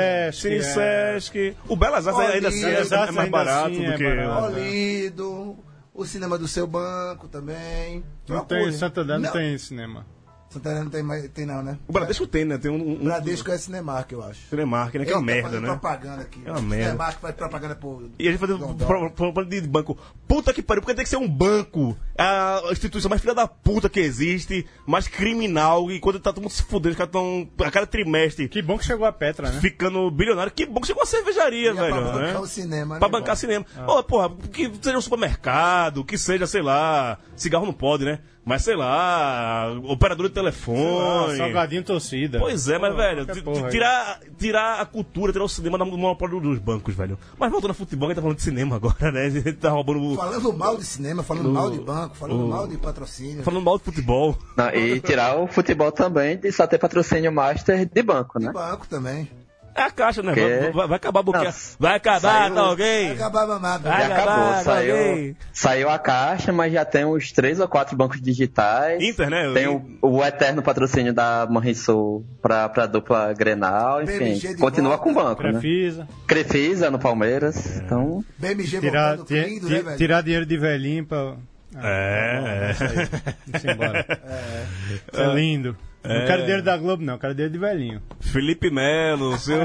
é Cinesesc.
Cine Sesc. O Belas Artes
Olha,
ainda assim é,
Belas
é
Artes
mais
ainda
barato
assim
do
é
que.
barato.
o-
Olido, o cinema do seu banco também.
Não tem,
Procure.
Santander não tem cinema.
Santander não tem mais, tem não, né?
O Bradesco tem, né? Tem um. um
Bradesco é Cinemark, eu acho.
um Cinemark, né? Que é uma
Ele tá
merda,
fazendo
né?
propaganda aqui.
É uma merda.
Cinemark faz propaganda pro...
E a gente um fazendo
Não, não.
propaganda de banco. Puta que pariu, porque tem que ser um banco. A instituição mais filha da puta que existe, mais criminal. E quando tá todo mundo se fudendo, os caras tão. A cada trimestre
Que bom que chegou a Petra, né?
ficando bilionário. Que bom que chegou a cervejaria,
E é
velho.
pra bancar
né?
o cinema, né?
Pra bancar cinema. Ô, porra, que seja um supermercado, que seja, sei lá, cigarro não pode, né? Mas sei lá, operador de
Ah,
telefone.
salgadinho torcida.
pois é, mas
Pô,
velho,
qualquer
ti-
porra aí.
tirar, tirar a cultura, tirar o cinema do monopólio dos bancos, velho. Mas voltando ao futebol, a gente tá falando de cinema agora, né? A gente tá roubando o.
Falando mal de cinema, falando
O-
mal de banco, falando
o-
mal de patrocínio.
Falando mal de futebol.
Não, e tirar o futebol também de só ter patrocínio master de banco, né?
De banco também.
É a caixa, né?
Que?
Vai, vai- vai acabar a boquinha.
Não,
Vai acabar,
saiu-
tá alguém?
Acabar mamado.
Ah,
Já
Vai
acabou,
acabar, acabei.
saiu, saiu a caixa, mas já tem uns três ou quatro bancos digitais.
Inter, né?
Tem o, o eterno patrocínio da Banrisul pra, pra dupla Grenal,
PMG
enfim.
de
Continua
volta.
com o banco, né?
Crefisa.
Crefisa no
É.
Palmeiras, então...
BMG
Tirar,
voltando,
ti-
lindo,
ti-
né, velho?
tirar dinheiro de velhinho pra.
É,
Vamos embora. Isso é lindo. Não quero dinheiro é da Globo, não. Quero dinheiro de velhinho.
Felipe Melo, o seu,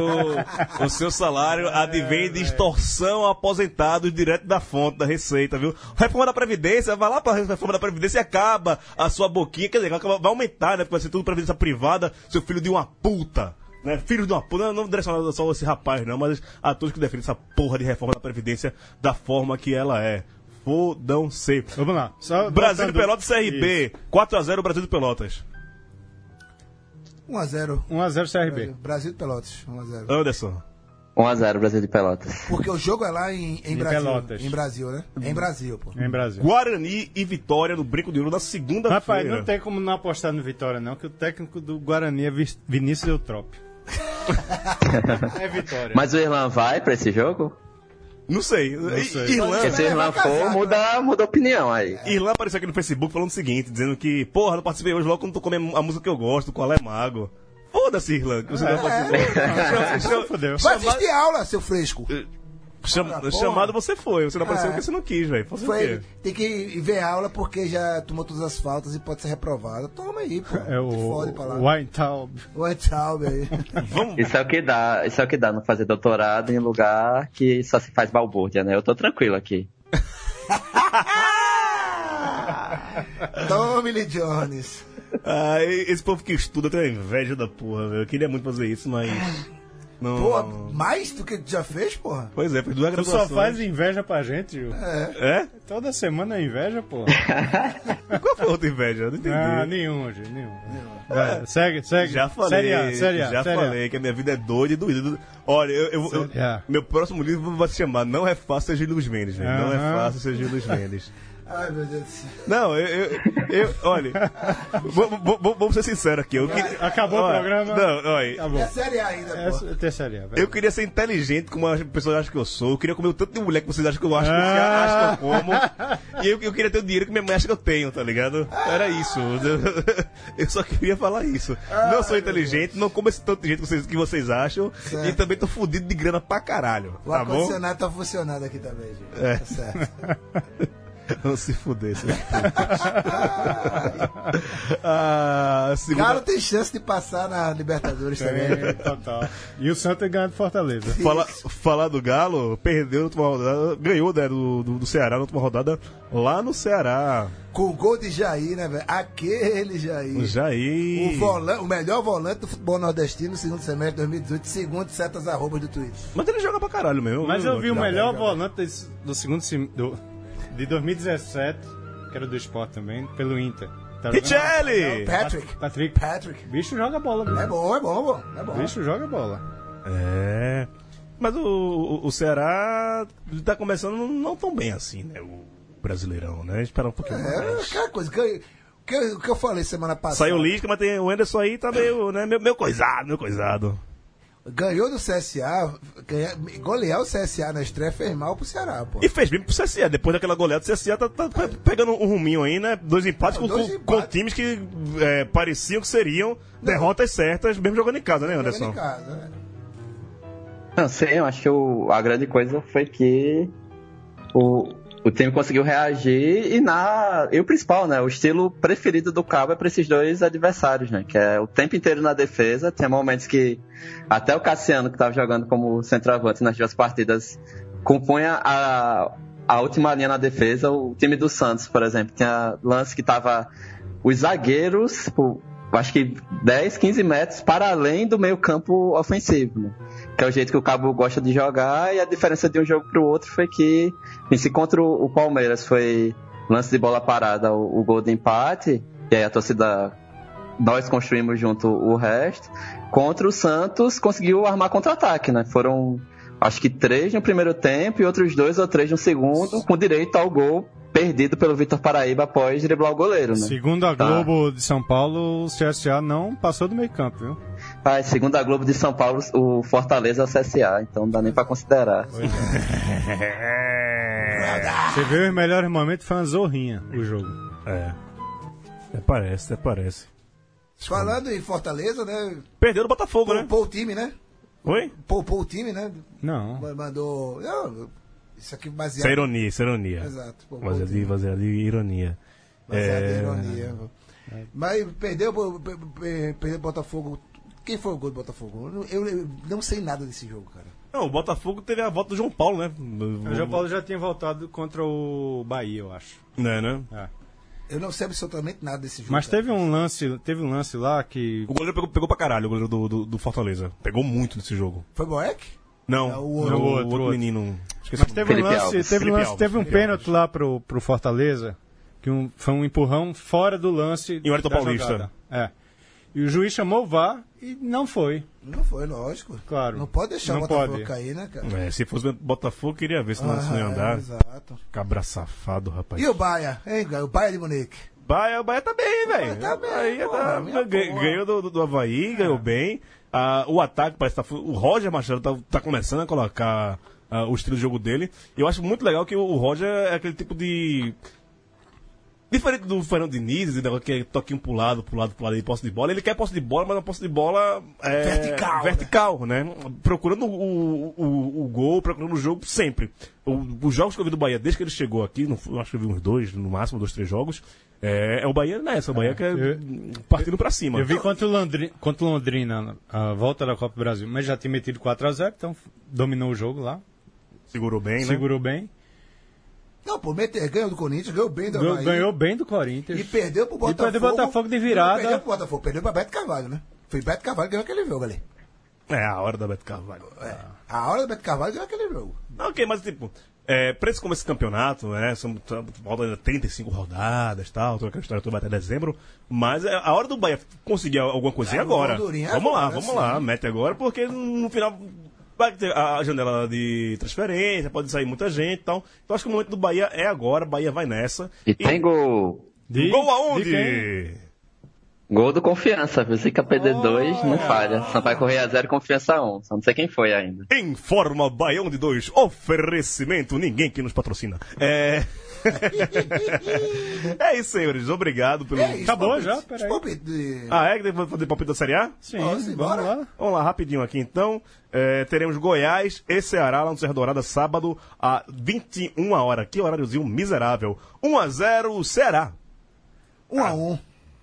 o seu salário advém de extorsão a aposentados direto da fonte da Receita, viu? Reforma da Previdência, vai lá pra reforma da Previdência e acaba a sua boquinha, quer dizer, acaba- vai aumentar, né? Porque vai ser tudo Previdência privada, seu filho de uma puta. Né? Filho de uma puta, não, não direcionado só esse rapaz, não, mas a todos que defendem essa porra de reforma da Previdência da forma que ela é. Fodam-se.
Vamos lá. Só
Brasil de
voltando-
Pelotas CRB. 4x0 Brasil de Pelotas.
1x0.
1x0 CRB.
Brasil, Um Brasil e Pelotas, 1x0.
Anderson.
1x0 Brasil de Pelotas.
Porque o jogo é lá em, em Brasil.
Pelotas.
Em Brasil, né?
Uhum.
Em Brasil, pô.
É.
Em Brasil.
Guarani e Vitória no Brinco de Ouro na segunda-feira.
Rapaz, não tem como não apostar no Vitória, não, que o técnico do Guarani é Vis- Vinícius Eutrópio. é Vitória.
Mas o Irlan vai pra esse jogo?
Não sei. I-
sei.
Porque
Irlan,
se o Irlan for, muda, muda a opinião aí.
Irlan apareceu aqui no Facebook falando o seguinte, dizendo que, porra, não participei hoje, logo quando tocou minha- a música que eu gosto, qual é mago. Foda-se, Irlan, que você
É.
não participou.
Fodeu.
Vai assistir aula, seu fresco.
Cham-
Porra.
chamado você foi, você não apareceu
É.
porque você não quis, velho. Fazer o
Foi,
quê?
tem que ver a aula porque já tomou todas as faltas e pode ser reprovado. Toma aí, pô.
É
Te fode pra
o
lá.
Weintraub.
Oi, tchau, velho.
Vamos.
Isso é o que dá, isso é o que dá, não fazer doutorado em lugar que só se faz balbúrdia, né? Eu tô tranquilo aqui.
Tome, Lee Jones.
Ah, e- esse povo que estuda tem uma inveja da porra, velho. Eu queria muito fazer isso, mas. Não.
Pô, mais do que tu já fez, porra?
Pois é, fez duas
Tu só
graduações.
faz inveja pra gente, Gil.
É?
Toda semana é inveja, pô.
Qual foi a outra inveja? Eu Não entendi.
Ah, nenhum, Gil, nenhum. Vai, segue, segue.
Já falei,
Série A, série A,
já
série A.
falei que a minha vida é doida e doída. Olha, eu, eu- eu-
Série A.
meu próximo livro vai se chamar Não é fácil ser Gil Luiz Mendes, velho. Não é
Aham.
fácil ser Gil Luiz Mendes.
Ai, meu Deus do céu.
Não, eu. eu, eu olha, vou- vou- vou- vamos ser sinceros aqui. Eu que-
Acabou
olha,
o programa.
Não, olha,
Acabou.
É série A ainda,
Tá É
pô.
a terceira, velho.
Eu queria ser inteligente como as pessoas acham que eu sou. Eu queria comer o tanto de mulher que vocês acham que eu acho que vocês
Ah.
acham que eu como. E eu, eu queria ter o dinheiro que minha mãe acha que eu tenho, tá ligado? Era isso. Eu- Eu só queria falar isso. não sou inteligente, não como esse tanto de gente que vocês, que vocês acham.
Certo.
E também tô fudido de grana pra caralho.
O
tá bom?
ar-condicionado tá funcionando aqui também, gente.
É.
Tá certo.
Não se fuder, seu ah, segunda...
Galo tem chance de passar na Libertadores também. né?
É, total. E o Santa ganhando Fortaleza.
Fala- falar do Galo, perdeu na última rodada, ganhou né, do, do, do Ceará na última rodada lá no Ceará.
Com o gol de Jair, né, velho? Aquele Jair.
Jair.
O, volan- o melhor volante do futebol nordestino no segundo semestre de 2018, segundo certas arrobas do Twitter.
Mas ele joga pra caralho mesmo.
Mas eu vi o
Não,
melhor volante desse- do segundo sem- do, de 2017, que era do esporte também, pelo Inter. Tá jogando-
Richelli!
Patrick.
Patrick.
Patrick.
Bicho joga bola,
É
bicho.
bom, é bom, bom. É bom.
Bicho joga bola.
É. Mas o, o, o Ceará tá começando não tão bem assim, né? O brasileirão, né? Esperar um pouquinho
É,
mais.
aquela coisa que eu, que eu, que eu falei semana passada.
Saiu o Lisca, mas tem o Anderson aí, tá meio, né? Meu, meu coisado, meu coisado.
Ganhou do CSA, ganha- golear o CSA na estreia fez mal pro Ceará, pô.
E fez bem pro CSA. Depois daquela goleada, o CSA tá, tá pe- pegando um ruminho aí, né? Dois empates,
Não,
com,
Ah, dois
com-
empates.
com times que é, pareciam que seriam derrotas certas, mesmo jogando em casa, né,
Jogando em
Anderson?
casa, né?
Não sei, eu acho que o- a grande coisa foi que o, o time conseguiu reagir e na e o principal, né? O estilo preferido do Cabo é para esses dois adversários, né? Que é o tempo inteiro na defesa. Tem momentos que até o Cassiano, que estava jogando como centroavante nas duas partidas, compunha a, a última linha na defesa. O time do Santos, por exemplo, tinha lance que tava os zagueiros, tipo, acho que 10, 15 metros para além do meio campo ofensivo, né? que é o jeito que o Cabo gosta de jogar, e a diferença de um jogo pro outro foi que, se contra o o Palmeiras foi lance de bola parada, o, o gol de empate, e aí a torcida, nós construímos junto o resto, contra o Santos conseguiu armar contra-ataque, né? Foram, acho que três no primeiro tempo e outros dois ou três no segundo, com direito ao gol perdido pelo Vitor Paraíba após driblar o goleiro, né?
Segundo a
Tá.
Globo de São Paulo, o CSA não passou do meio campo, viu?
Ah, e segundo a Globo de São Paulo, o Fortaleza é o CSA, então não dá nem pra considerar.
Você vê os melhores momentos, foi uma zorrinha o jogo.
É. Até parece, até parece.
Falando em Fortaleza, né?
Perdeu o Botafogo, né?
Poupou o time, né?
Oi?
Poupou o time, né?
Não.
Mandou. Não, isso aqui
Isso é
baseado.
ironia, isso é ironia.
Exato. Poupou
Mas é
o time.
ali, mas ali, ironia.
Baseado
É.
em ironia. Mas perdeu, o- pe- pe- perdeu o Botafogo. Quem foi o gol do Botafogo? Eu, eu não sei nada desse jogo, cara.
Não, o Botafogo teve a volta do João Paulo, né?
O É, João Paulo já tinha voltado contra o Bahia, eu acho.
Né, né?
Eu não sei absolutamente nada desse jogo.
Mas
cara.
teve um lance, teve um lance lá que
O goleiro pegou, pegou pra caralho, o goleiro do, do, do Fortaleza. Pegou muito nesse jogo.
Foi Boeck?
Não,
É, o
o
outro.
outro,
O outro, outro.
menino. Esqueci
Mas
o
teve
nome.
um
Felipe
lance,
Alves.
teve um,
Felipe
lance,
Alves,
teve um
Felipe
pênalti lá pro, pro Fortaleza, que um, foi um empurrão fora do lance.
E o Wellington
da
Paulista.
jogada. É. E o juiz chamou o VAR e não foi.
Não foi, lógico.
Claro.
Não pode deixar
Não
o Botafogo
pode.
cair, né, cara?
É, se fosse o Botafogo, queria ver se não, se não ia
Ah,
andar.
exato.
Cabra safado, rapaz.
E o Baia? Hein, cara? O Baia de Munique.
Bahia, o Bahia tá bem, velho.
tá bem,
Bahia
porra,
tá-
minha
ganha-
porra. É.
ganhou do, do- do Havaí, ganhou bem. Ah, o ataque parece que tá. fu- O Roger Machado tá, tá começando a colocar ah, o estilo de jogo dele. E eu acho muito legal que o, o Roger é aquele tipo de. Diferente do Fernando Diniz, esse negócio que é toquinho pro lado, pro lado, pro lado e posse de bola, ele quer posse de bola, mas uma posse de bola é,
Vertical, né?
vertical, né? Procurando o, o, o gol, procurando o jogo sempre. O- os jogos que eu vi do Bahia desde que ele chegou aqui, não, fui- acho que eu vi uns dois, no máximo, dois, três jogos. É, é o Bahia nessa, o Bahia que é
eu-
partindo pra cima.
Eu vi contra o Londrina, contra o Londrina a volta da Copa do Brasil, mas já tinha metido 4 a 0 então dominou o jogo lá,
Segurou bem, né?
segurou bem.
Não, pô, meter, ganhou do Corinthians, ganhou bem do
Ganhou-
Bahia.
ganhou bem do Corinthians.
E perdeu pro
E
Botafogo.
perdeu pro Botafogo de virada.
Não Perdeu pro Botafogo, perdeu pra Beto Carvalho, né? Foi Beto Carvalho que ganhou aquele jogo ali.
É a hora da Beto Carvalho.
É.
Ah.
A hora do Beto Carvalho ganhou aquele jogo.
Não, ok, mas tipo, é, pra esse começo de campeonato, né? São tá, falta ainda 35 rodadas e tal, toda aquela história toda vai até dezembro. Mas é, a hora do Bahia conseguir alguma coisinha
É,
agora.
gordurinha
Vamos lá,
agora,
vamos
sim.
lá, mete agora, porque no final. Vai a a janela de transferência, pode sair muita gente e tal. Então acho que o momento do Bahia é agora, Bahia vai nessa.
E tem gol.
De-
Gol
de
aonde?
quem?
Gol do Confiança, viu? Se que a PD2 não falha. Sampaio Correia 0, Confiança 1. Só não sei quem foi ainda.
Em forma Baião de 2, oferecimento, ninguém que nos patrocina. É. é isso, senhores. Obrigado pelo.
É isso,
Acabou
palpite.
já? Peraí.
Palpite de-
Ah, é que depois fazer palpite da Série A?
Sim,
Posso ir
vamos
embora?
lá.
Vamos lá, rapidinho aqui então. É, teremos Goiás e Ceará lá no Serra Dourada, sábado, a 21 horas. Que horáriozinho miserável. 1x0 Ceará.
Um a um.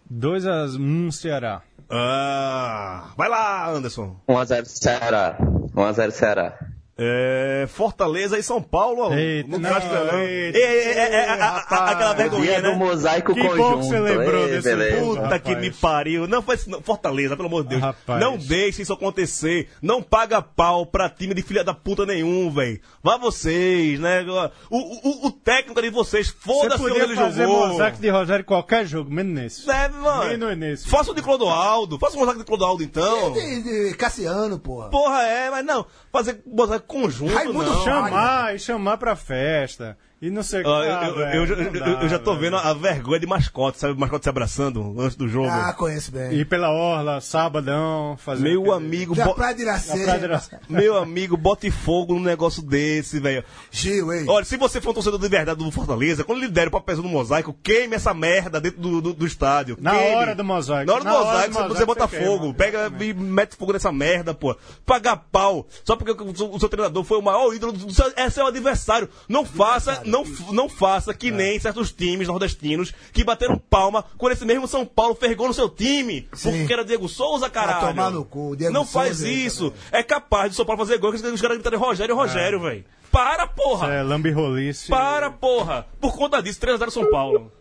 2 a 1 Ceará.
Ah, vai lá, Anderson.
1x0 Ceará. 1x0 Ceará.
É, Fortaleza e São Paulo.
Eita,
no
não,
Castelão.
eita,
Ei, ei, ei, ei, a- a- a- aquela vergonhinha,
É Dia
né?
do mosaico
que
conjunto.
bom que você lembrou
É,
Ei,
desse
beleza.
puta
Rapaz.
que me pariu. Não faz isso não. Fortaleza, pelo amor de Deus.
Rapaz.
Não deixe isso acontecer. Não paga pau pra time de filha da puta nenhum, velho. Vá vocês, né? O, o, o técnico de vocês,
Você
foda-se onde
podia
ele
fazer
jogou.
mosaico de Rogério em qualquer jogo, menos nesse.
É, mano.
Nem no início.
Faça o de Clodoaldo. Faça o mosaico de Clodoaldo, então.
De, de Cassiano, porra.
Porra, é, mas não. Fazer mosaico conjunto,
Raimundo
não.
Chama.
Chamar e chamar pra festa. E não sei o que.
Ó,
Ah,
eu, eu- eu
velho,
já-
não dá,
eu- eu já tô
velho.
vendo a vergonha de mascote, sabe? O mascote se abraçando antes do jogo.
Ah, conheço bem.
E pela orla, sabadão, fazer.
meu
aquele-
amigo,
Já
bo-
Praia de Iracema.
Na Praia de Iracema.
meu amigo, bote fogo num negócio desse, velho.
Gil, hein?
Olha, se você for um torcedor de verdade do Fortaleza, quando lhe der o papelzinho do mosaico, queime essa merda dentro do, do, do estádio.
Na
Queime.
hora do mosaico.
Na hora do
Na hora do
mosaico, você-
mosaico,
você bota
você queima.
fogo. Pega e mete fogo nessa merda, pô. Paga pau. Só porque o seu, o seu treinador foi o maior ídolo do seu, é seu adversário. Não faça, não, f- não faça que nem certos times nordestinos que bateram palma quando esse mesmo São Paulo fergou no seu time.
Sim.
Porque era Diego Souza, caralho.
tomar no cu, Diego
não
Souza
faz
é isso,
isso. É capaz do São Paulo fazer gol que os caras gritarem Rogério, Rogério, velho. Para, porra.
É, lambirrolice.
Para, porra! Por conta disso, 3x0 São Paulo.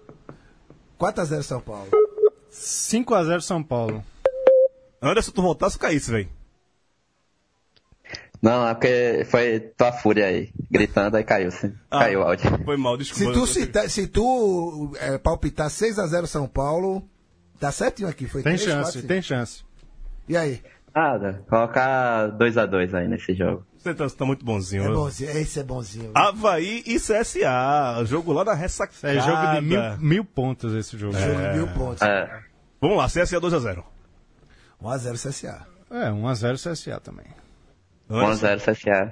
4x0 São Paulo.
5x0 São Paulo.
Anderson, tu voltasse, caísse, velho.
Não, é porque foi tua fúria aí. Gritando, aí caiu. sim.
Ah.
Caiu o áudio.
Foi mal,
Se
desculpa.
tu, citar, se tu é, palpitar 6x0 São Paulo, dá certinho aqui. Foi
Tem
três, quatro,
chance,
cinco.
tem chance.
E aí?
Nada. Colocar 2x2 aí nesse jogo.
Você tá, tá muito bonzinho.
É
hoje.
bonzinho. Esse é bonzinho.
Ah,
Havaí e CSA. Jogo lá na ressacada.
É jogo de mil, mil pontos esse jogo.
Jogo de mil pontos.
É.
Vamos lá, CSA 2x0.
1x0 CSA.
É, 1x0 CSA também.
1x0 CSA.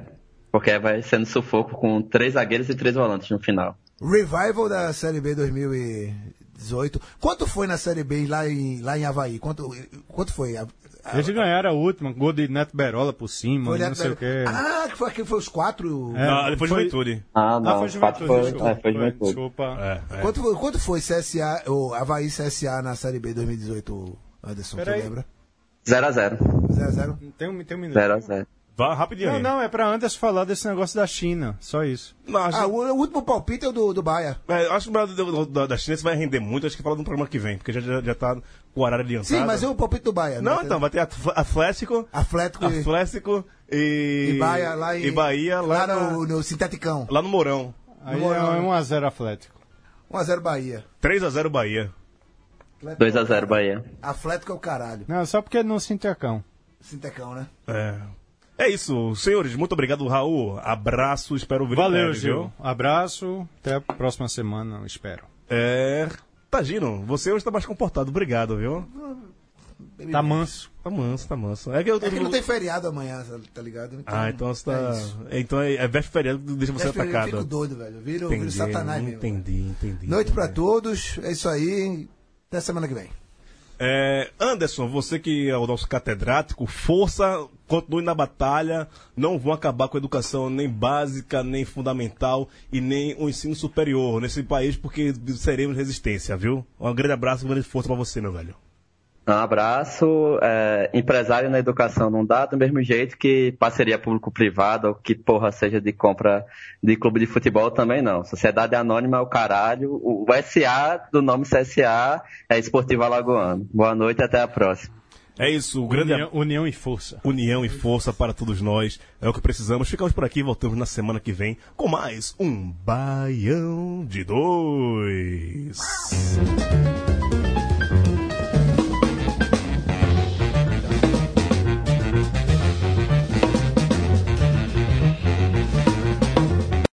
Porque vai sendo sufoco com três zagueiros e três volantes no final.
Revival da Série B 2018. Quanto foi na Série B lá em, lá em Havaí? Quanto, quanto foi? A- a-
Eles ganharam a última, gol de Neto Berola por cima,
foi
não
na-
sei o quê.
Ah, que foi, que foi os quatro.
É,
Ah, depois
foi-
Juventude.
Ah,
Ah,
não.
foi
quatro
Juventude,
foi,
desculpa.
é, foi Juventude.
Desculpa.
É, é.
Quanto, foi- quanto foi CSA, ou Havaí CSA na Série B 2018, Anderson? Tu
Peraí.
lembra?
0x0.
0x0?
Tem, um, tem um minuto.
0x0.
Vá rapidinho.
Não,
aí.
não, é pra Anderson falar desse negócio da China, só isso.
Não, acho,
Ah, o, o último palpite é o do, do Baia.
é, acho que o da, da, da China isso vai render muito. Acho que fala no programa que vem, porque já, já, já tá com o horário adiantado.
Sim, mas é o palpite do Baia.
Não, então, vai ter Atl- Atlético,
Atlético e,
Atlético e...
Ah, e Baia lá em.
E Bahia lá, na-
no, no Sinteticão.
lá no Mourão.
Aí
Bora.
é 1x0 Atlético.
1x0 Bahia.
3x0 Bahia.
2x0 Bahia.
Atlético é o caralho.
Não, só porque não se intercão.
Sintecão, né?
É. É isso, senhores. Muito obrigado, Raul. Abraço, espero ouvir
Valeu,
breve,
Gil. Abraço, até a próxima semana, espero.
É. Tagino, você hoje tá mais comportado, obrigado, viu?
Tá manso.
Tá manso, tá manso. É que eu tô.
É que não tem feriado amanhã, tá ligado?
Ah, então você tá.
É isso.
então é, é véspera feriado que deixa você
Eu fico- eu
atacado.
fico doido, velho. Viro, viro
entendi,
satanás mesmo.
entendi, entendi.
Noite pra todos. É isso aí. Até semana que vem.
É, Anderson, você que é o nosso catedrático, força, continue na batalha. Não vão acabar com a educação nem básica, nem fundamental e nem o ensino superior nesse país, porque seremos resistência, viu? Um grande abraço, uma grande força pra você, meu velho.
Um abraço. É, empresário na educação não dá, do mesmo jeito que parceria público-privada, ou que porra seja de compra de clube de futebol também não. Sociedade Anônima é o caralho. O, o SA do nome CSA é Esportivo Alagoano. Boa noite e até a próxima.
É isso, um grande
União, união e força.
União e força para todos nós. É o que precisamos. Ficamos por aqui, voltamos na semana que vem com mais um Baião de Dois.